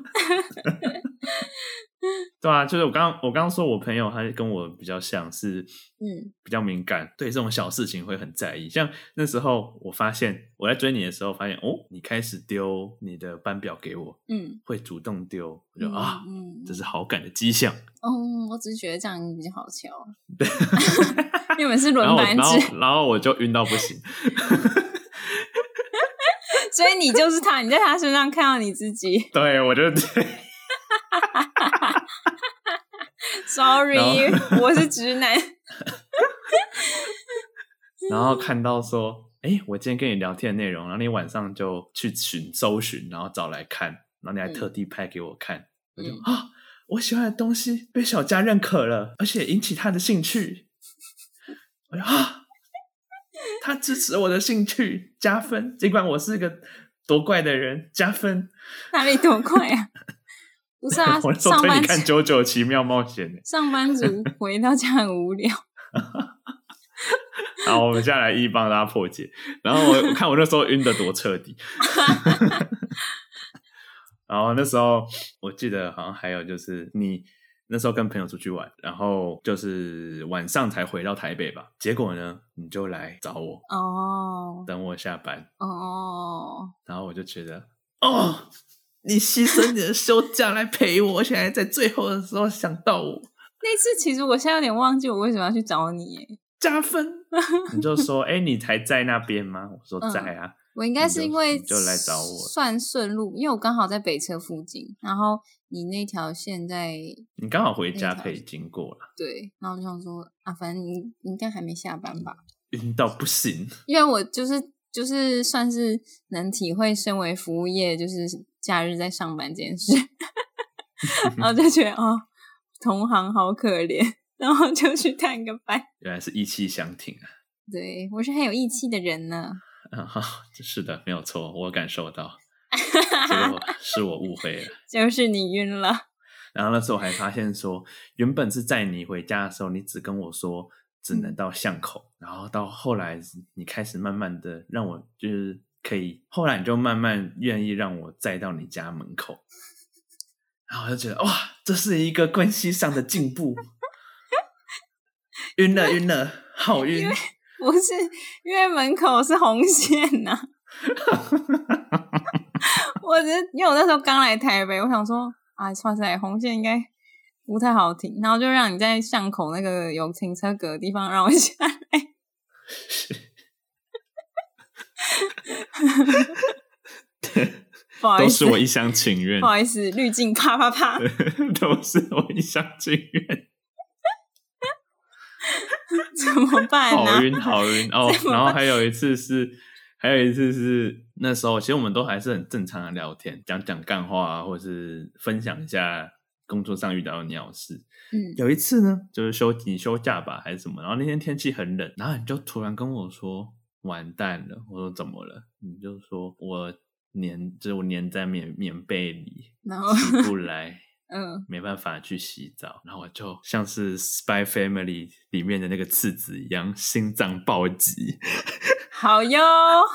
S1: 对啊，就是我刚我刚刚说我朋友他跟我比较像是，
S2: 嗯，
S1: 比较敏感，对这种小事情会很在意。像那时候我发现我在追你的时候，发现哦，你开始丢你的班表给我，
S2: 嗯，
S1: 会主动丢，我就
S2: 嗯
S1: 啊，
S2: 嗯，
S1: 这是好感的迹象。
S2: 哦，我只是觉得这样比较好笑，因为我们是轮
S1: 然后我
S2: 班
S1: 然
S2: 制，
S1: 后然后我就晕到不行，
S2: 所以你就是他，你在他身上看到你自己
S1: 对我就
S2: ，sorry，
S1: 然
S2: 我是直男，
S1: 然后看到说，哎，我今天跟你聊天的内容，然后你晚上就去寻搜寻，然后找来看，然后你还特地拍给我看，我就
S2: 嗯
S1: 啊，我喜欢的东西被小佳认可了，而且引起他的兴趣，我就啊，他支持我的兴趣，加分，尽管我是个多怪的人，加分。
S2: 哪里多快啊？不是啊，
S1: 我说
S2: 上
S1: 推
S2: 班
S1: 你看《
S2: 族
S1: 九九奇妙冒险》欸呢，
S2: 上班族回到家很无聊，
S1: 然后我们下来一一帮大家破解。然后我我看我那时候晕的多彻底。 然后那时候我记得好像还有就是你那时候跟朋友出去玩，然后就是晚上才回到台北吧。结果呢，你就来找我，
S2: 哦
S1: 等我下班，
S2: 哦，
S1: 然后我就觉得哦，你牺牲你的休假来陪我，现在在最后的时候想到我，
S2: 那次其实我现在有点忘记我为什么要去找你耶。
S1: 加分。你就说，哎、你才在那边吗？我说在啊。
S2: 我应该是因为
S1: 你就你就来找我
S2: 算顺路，因为我刚好在北车附近，然后你那条线在
S1: 你刚好回家
S2: 那条
S1: 可以经过了，
S2: 对，然后我就想说啊，反正你你应该还没下班吧？
S1: 晕到不行。
S2: 因为我就是就是算是能体会身为服务业就是假日在上班这件事， 然后就觉得哦，同行好可怜，然后就去探个班。
S1: 原来是意气相挺啊！
S2: 对我是很有义气的人呢，
S1: 嗯，好，是的，没有错，我感受到，结果是我误会了。
S2: 就是你晕了。
S1: 然后那时候我还发现说，原本是在你回家的时候，你只跟我说只能到巷口，然后到后来你开始慢慢的让我就是可以，后来你就慢慢愿意让我载到你家门口，然后我就觉得哇，这是一个关系上的进步，晕了晕了，好晕。
S2: 不是，因为门口是红线 呐、我只是因为我那时候刚来台北，我想说啊，算是来红线应该不太好停，然后就让你在巷口那个有停车格的地方让我下来。 不好意
S1: 都
S2: 思，
S1: 是我一厢情愿
S2: 不，好意思，滤镜啪啪啪。
S1: 都是我一厢情愿，
S2: 怎么办啊呢、
S1: 好晕好晕哦
S2: 怎。么办
S1: 然后还有一次是，还有一次是那时候，其实我们都还是很正常的聊天，讲讲干话啊，或者是分享一下工作上遇到的鸟事。
S2: 嗯
S1: 有一次呢，就是休你休假吧还是什么，然后那天天气很冷，然后你就突然跟我说完蛋了，我说怎么了？你就说我粘，就是我粘在棉棉被里
S2: 然后
S1: 起不来，
S2: 嗯，
S1: 没办法去洗澡，然后我就像是《Spy Family》里面的那个次子一样，心脏暴击，
S2: 好哟，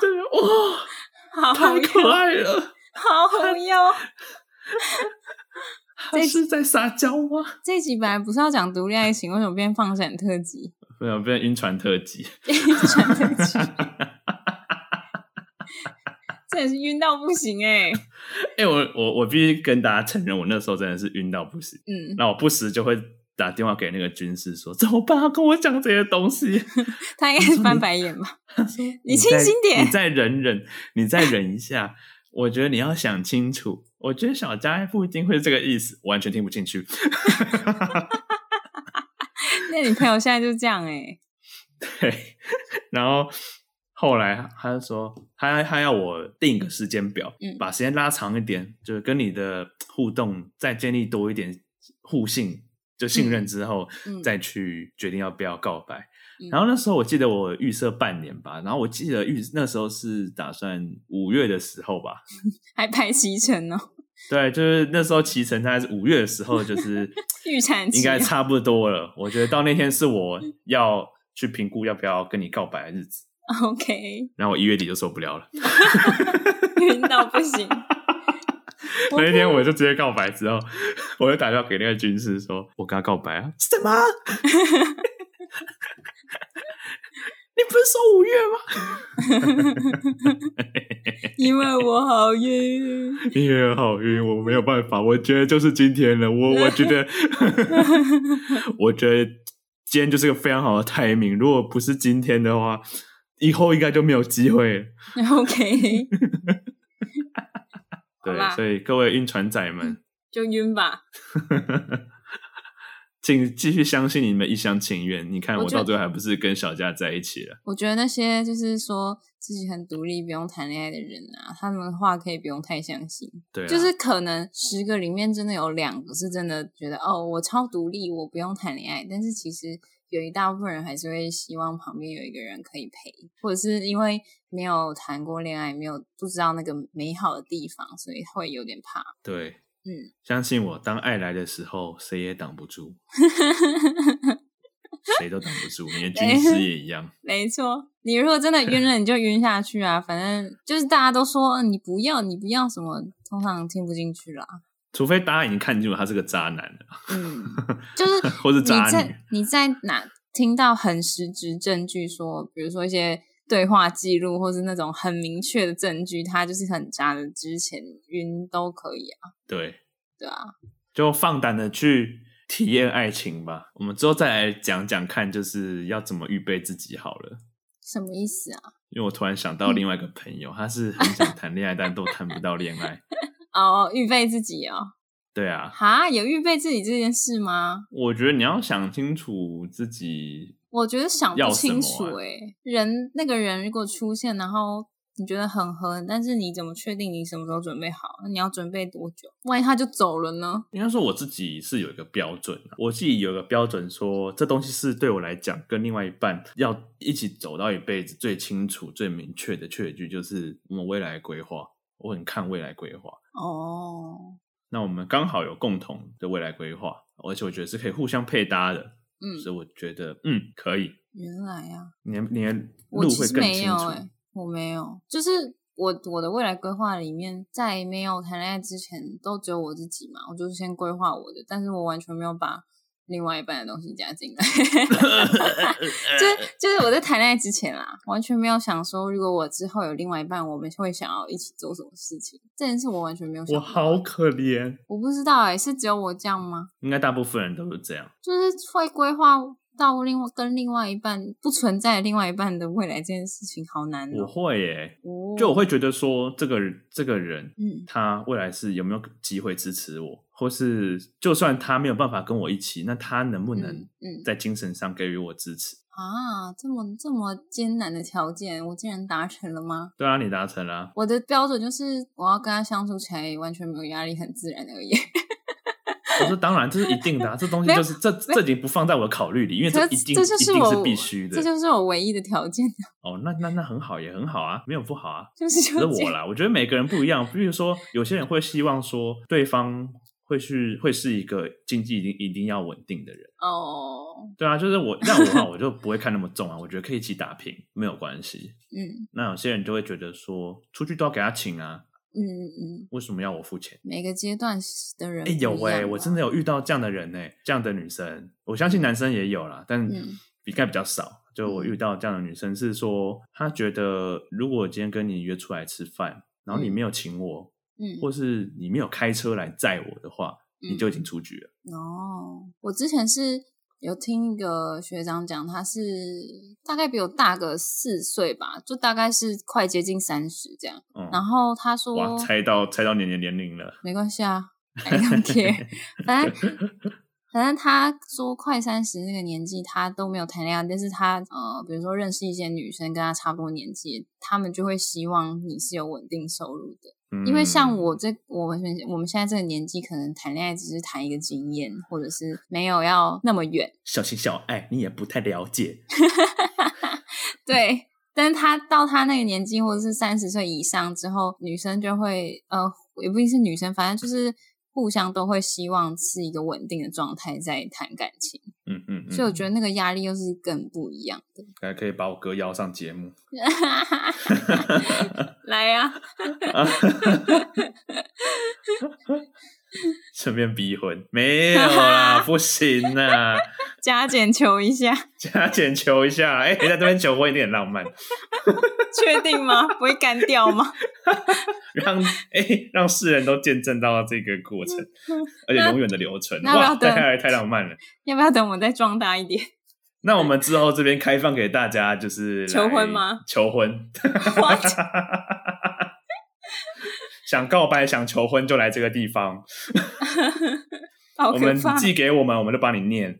S1: 对，哇，
S2: 好
S1: 太可
S2: 哟，
S1: 爱了！
S2: 好哟。
S1: 他是在撒娇吗？
S2: 这一集本来不是要讲独立爱情，为什么变放闪特辑？
S1: 没有，变成晕船特辑。
S2: 晕 船特辑，这也是晕到不行哎、
S1: 哎、我我我必须跟大家承认，我那时候真的是晕到不行。
S2: 嗯，
S1: 那我不时就会打电话给那个军师说：“怎么办？他跟我讲这些东西。
S2: 他应该是翻白眼 吧？”你清
S1: 再
S2: 醒点
S1: 你再忍忍，你再忍一下。我觉得你要想清楚。我觉得小佳不一定会是这个意思，完全听不进去。
S2: 那你朋友现在就这样哎、
S1: 对，然后后来他就说，他他要我定一个时间表，
S2: 嗯
S1: 把时间拉长一点，就是跟你的互动再建立多一点互信，就信任之后，
S2: 嗯嗯
S1: 再去决定要不要告白。
S2: 嗯
S1: 然后那时候我记得我预设半年吧，然后我记得预那时候是打算五月的时候吧，
S2: 还排期程哦，
S1: 对，就是那时候骑乘大概是五月的时候，就是
S2: 预产期
S1: 应该差不多了。我觉得到那天是我
S2: 嗯
S1: 要去评估要不要跟你告白的日子。
S2: OK，
S1: 然后我一月底就受不 了了，
S2: 晕到不行。我
S1: 那一天我就直接告白，之后我就打电话给那个军师说：“我跟他告白啊，什么？ 你不是说五月 吗？
S2: 因为我好晕，
S1: 因为好晕，我没有办法，我觉得就是今天了。我我觉 得，我觉得今天就是个非常好的 timing。如果不是今天的话，以后应该就没有机会了。
S2: OK，好
S1: 对
S2: 啦，
S1: 所以各位晕船仔们，
S2: 就晕吧。
S1: 请继续相信你们一厢情愿。你看，
S2: 我
S1: 我
S2: 觉
S1: 到
S2: 得
S1: 最后还不是跟小佳在一起了？
S2: 我觉得那些就是说自己很独立、不用谈恋爱的人啊，他们的话可以不用太相信。
S1: 对、啊，
S2: 就是可能十个里面真的有两个是真的觉得哦，我超独立，我不用谈恋爱。但是其实有一大部分人还是会希望旁边有一个人可以陪，或者是因为没有谈过恋爱，没有不知道那个美好的地方，所以会有点怕。
S1: 对，
S2: 嗯，
S1: 相信我，当爱来的时候，谁也挡不 住，谁都挡不住，你的军 师也一样。
S2: 没错，你如果真的晕了，你就晕下去啊。反正就是大家都说、嗯你不要，你不要什么，通常听不进去啦。
S1: 除非大家已经看清楚他是个渣男了，
S2: 嗯，就是
S1: 或是渣
S2: 你
S1: 女
S2: 在。你在哪听到很实质证据说，比如说一些对话记录，或是那种很明确的证据，他就是很渣的，之前晕都可以啊，
S1: 对，
S2: 对啊，
S1: 就放胆的去体验爱情吧。我们之后再来讲讲看，就是要怎么预备自己好了。
S2: 什么意思啊？
S1: 因为我突然想到另外一个朋友，他是很想谈恋爱，但都谈不到恋 爱。
S2: 哦，预备自己哦，
S1: 对啊，
S2: 哈，有预备自己这件事吗？
S1: 我觉得你要想清楚自己，
S2: 我觉得想
S1: 要
S2: 不
S1: 什
S2: 清
S1: 么
S2: 楚
S1: 啊
S2: 诶、人那个人如果出现，然后。你觉得很合，但是你怎么确定你什么时候准备好？那你要准备多久？万一他就走了呢？
S1: 应该说我自己是有一个标准啊，我自己有一个标准说，这东西是对我来讲跟另外一半要一起走到一辈子最清楚、最明确的确据，就是我们未来的规划。我很看未来规划，
S2: 哦，
S1: 那我们刚好有共同的未来规划，而且我觉得是可以互相配搭的，
S2: 嗯，
S1: 所以我觉得嗯可以，
S2: 原来啊，
S1: 你的你的
S2: 我
S1: 路
S2: 其
S1: 会
S2: 实
S1: 更
S2: 没
S1: 清
S2: 有
S1: 楚。
S2: 哎、我没有，就是我我的未来规划里面，在没有谈恋爱之前，都只有我自己嘛，我就是先规划我的，但是我完全没有把另外一半的东西加进来， 就是就是我在谈恋爱之前啦，完全没有想说，如果我之后有另外一半，我们会想要一起做什么事情，这件事我完全没有想
S1: 我
S2: 到
S1: 好可怜，
S2: 我不知道哎、是只有我这样吗？
S1: 应该大部分人都是这样。
S2: 就是会规划到另外跟另外一半不存在的另外一半的未来这件事情，好难
S1: 我
S2: 哦、
S1: 会耶，
S2: 哦
S1: 就我会觉得说，这个人这个人
S2: 嗯
S1: 他未来是有没有机会支持我，或是就算他没有办法跟我一起，那他能不能
S2: 嗯嗯
S1: 在精神上给予我支持？
S2: 啊，这么这么艰难的条件，我竟然达成了吗？
S1: 对啊，你达成了啊、
S2: 我的标准就是我要跟他相处起来完全没有压力，很自然而已。
S1: 我说当然，这是一定的、啊，这东西
S2: 没有
S1: 就是这这已经不放在我的考虑里，因为
S2: 可
S1: 一
S2: 是
S1: 定
S2: 这就
S1: 一定
S2: 我
S1: 是必须的
S2: 这。就是我唯一的条件，
S1: 哦，那那那很好，也很好啊，没有不好 啊。
S2: 就是
S1: 只是
S2: 就
S1: 我啦，我觉得每个人不一样。比如说，有些人会希望说对方会会去会是一个经济一定一定要稳定的人。
S2: 哦，
S1: 对啊，就是我那我的话，我就不会看那么重啊，我觉得可以一起打平，没有关系。
S2: 嗯
S1: 那有些人就会觉得说，出去都要给他请啊，
S2: 嗯嗯，
S1: 为什么要我付钱？
S2: 每个阶段的人
S1: 哎、有
S2: 哎、
S1: 哎、我真
S2: 的，
S1: 的有遇到这样的人哎、这样的女生，我相信男生也有啦，但
S2: 嗯
S1: 比该比较少。就我遇到这样的女生是说，她觉得如果我今天跟你约出来吃饭，然后你
S2: 嗯
S1: 没有请我，
S2: 嗯，
S1: 或是你没有开车来载我的话，你就已经出局了。
S2: 哦，我之前是有听一个学长讲，他是大概比我大个四岁吧，就大概是快接近三十这样。
S1: 嗯，
S2: 然后他说，
S1: 哇，猜到猜到年年年龄了，
S2: 没关系啊，I don't care，反正。反正他说快三十那个年纪，他都没有谈恋爱，但是他呃，比如说认识一些女生跟他差不多年纪，他们就会希望你是有稳定收入的，
S1: 嗯、
S2: 因为像我这我们我们现在这个年纪，可能谈恋爱只是谈一个经验，或者是没有要那么远，
S1: 小情小爱，你也不太了解。
S2: 对。但是他到他那个年纪，或者是三十岁以上之后，女生就会呃，也不一定是女生，反正就是互相都会希望是一个稳定的状态在谈感情，
S1: 嗯嗯，嗯
S2: 所以我觉得那个压力又是更不一 样 的。
S1: 可能可以把我哥邀上节目。
S2: 来呀、
S1: 顺便逼婚，没有 啦，不行啦，
S2: 加减求一下，
S1: 加减求一下，哎、在这边求婚一定很浪漫，
S2: 确定吗？ 不会干掉吗？
S1: 让哎、让世人都见证到这个过 程，而且永远的流程，
S2: 那要
S1: 哇，
S2: 不要等
S1: 太太浪漫了。
S2: 要不要等我再壮大一点？
S1: 那我们之后这边开放给大家，就是来
S2: 求婚吗？
S1: 求婚，
S2: What？
S1: 想告白、想求婚就来这个地方，
S2: 好
S1: 我
S2: 可
S1: 们
S2: 怕！
S1: 寄给我们，我们就帮你念，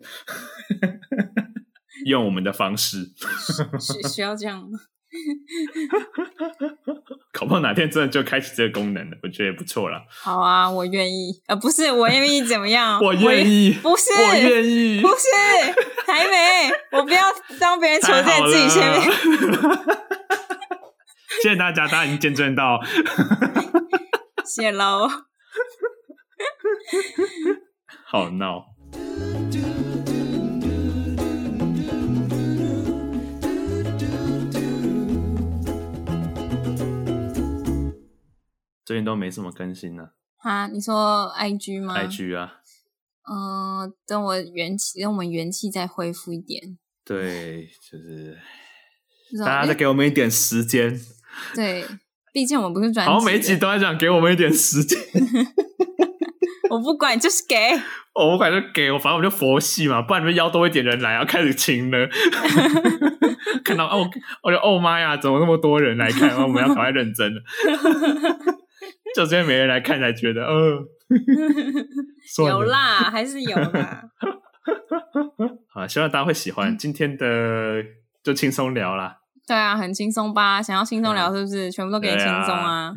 S1: 用我们的方式。
S2: 需需要这样吗？
S1: 搞不好哪天真的就开启这个功能了，我觉得也不错啦。
S2: 好啊，我愿意。呃，不是我愿意怎么样？
S1: 我愿，意，
S2: 不是
S1: 我愿意
S2: 不，是，还没，我不要当别人求
S1: 太
S2: 在
S1: 好
S2: 自己前面。
S1: 了。谢谢大家，大家已经见证到
S2: 谢喽，
S1: 好闹。最近都没什么更新呢、
S2: 哈，啊你说 IG 吗
S1: IG 啊，
S2: 嗯、等我元气，等我们元气再恢复一点。
S1: 对，就是
S2: 不知道
S1: 大家再
S2: 哎
S1: 给我们一点时间，
S2: 对，毕竟我们不是专辑
S1: 好
S2: 人，
S1: 像每一集都在讲给我们一点时间，
S2: 我不管，就是给。
S1: 哦我感觉给我，反正我们就佛系嘛，不然你们邀多一点人来，然后开始请了， 看到哦，我就哦妈呀，怎么那么多人来看？哦然后我们要赶快认真了，就这边没人来看才觉得，呃，算
S2: 有
S1: 了
S2: 啦，还是有啦。
S1: 啊，希望大家会喜
S2: 嗯
S1: 欢今天的，就轻松聊啦。
S2: 对啊，很轻松吧？想要轻松聊是不是？全部都给你轻
S1: 对啊
S2: 松啊！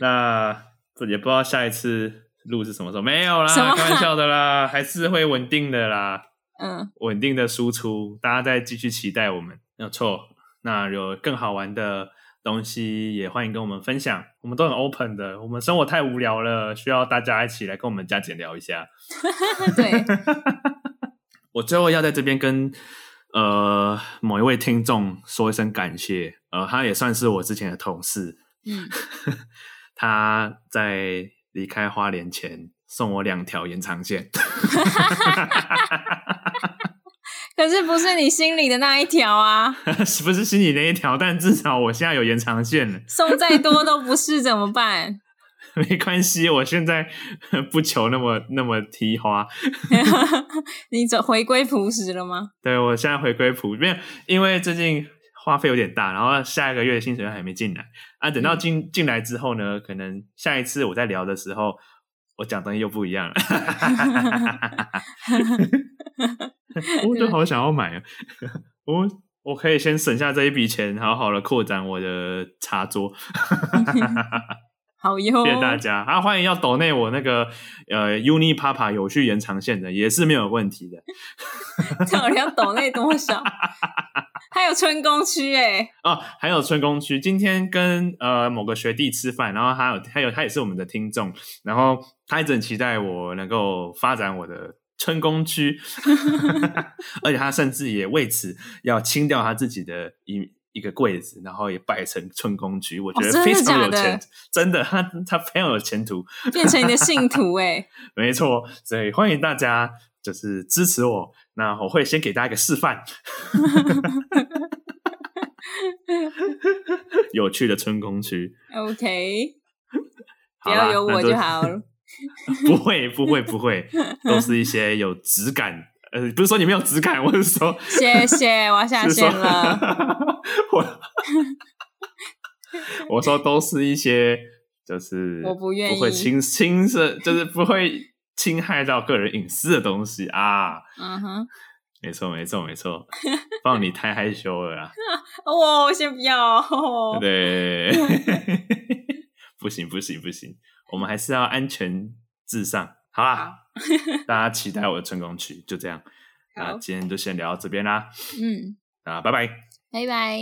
S1: 那不也不知道下一次录是什么时候，没有
S2: 什么
S1: 啦，开玩笑的啦，还是会稳定的啦，
S2: 嗯，
S1: 稳定的输出，大家再继续期待我们，没有错。那有更好玩的东西，也欢迎跟我们分享，我们都很 open 的。我们生活太无聊了，需要大家一起来跟我们加减聊一下。
S2: 对，
S1: 我最后要在这边跟呃某一位听众说一声感谢，呃，他也算是我之前的同事，
S2: 嗯，
S1: 他在离开花莲前送我两条延长线，
S2: 可是不是你心里的那一条啊？
S1: 是不是心里那一条？但至少我现在有延长线了，
S2: 送再多都不是怎么办？
S1: 没关系，我现在不求那么那么提花，
S2: 你走回归朴实了吗？
S1: 对我现在回归普，没有，因为最近花费有点大，然后下一个月的薪水还没进来啊。等到进、进来之后呢，可能下一次我在聊的时候，我讲东西又不一样了。我就好想要买啊！我我可以先省下这一笔钱，好好的扩展我的茶桌。
S2: 好哟，
S1: 谢谢大
S2: 哦
S1: 家啊！欢迎要抖内我那个呃 Uni Papa 有序延长线的，也是没有问题的
S2: 到底要抖内 多少？还有春宫区哎，
S1: 哦。还有春宫区，今天跟呃某个学弟吃饭，然后他有他有他也是我们的听众，然后他一直很期待我能够发展我的春宫 区， 而且他甚至也为此要清掉他自己的一。一个柜子，然后也摆成春宫区，我觉
S2: 哦
S1: 得
S2: 真的
S1: 非常有
S2: 假的
S1: 前，真的，他他非常有前途，
S2: 变成你的信徒 哎，
S1: 没错，所以欢迎大家就是支持我。那我会先给大家一个示范，有趣的春宫区。
S2: OK，不
S1: 好啦
S2: 要有我就。好了。
S1: 那就不会，不会，不会，都是一些有质感。呃，不是说你没有质感，我是说，
S2: 谢谢，我要下
S1: 是说
S2: 线 了。
S1: 我我说都是一些，就是
S2: 我不愿意
S1: 不会侵侵涉，就是不会侵害到个人隐私的东西啊。
S2: 嗯哼，
S1: 没错，没错，没错，放你太害羞了啦。
S2: 哦，我先不要。哦
S1: 对， 不行不行不行，我们还是要安全至上，好啦。大家期待我的成功曲，就这样。那
S2: 好，
S1: 今天就先聊到这边啦，
S2: 嗯，
S1: 啊，拜拜。
S2: 拜拜。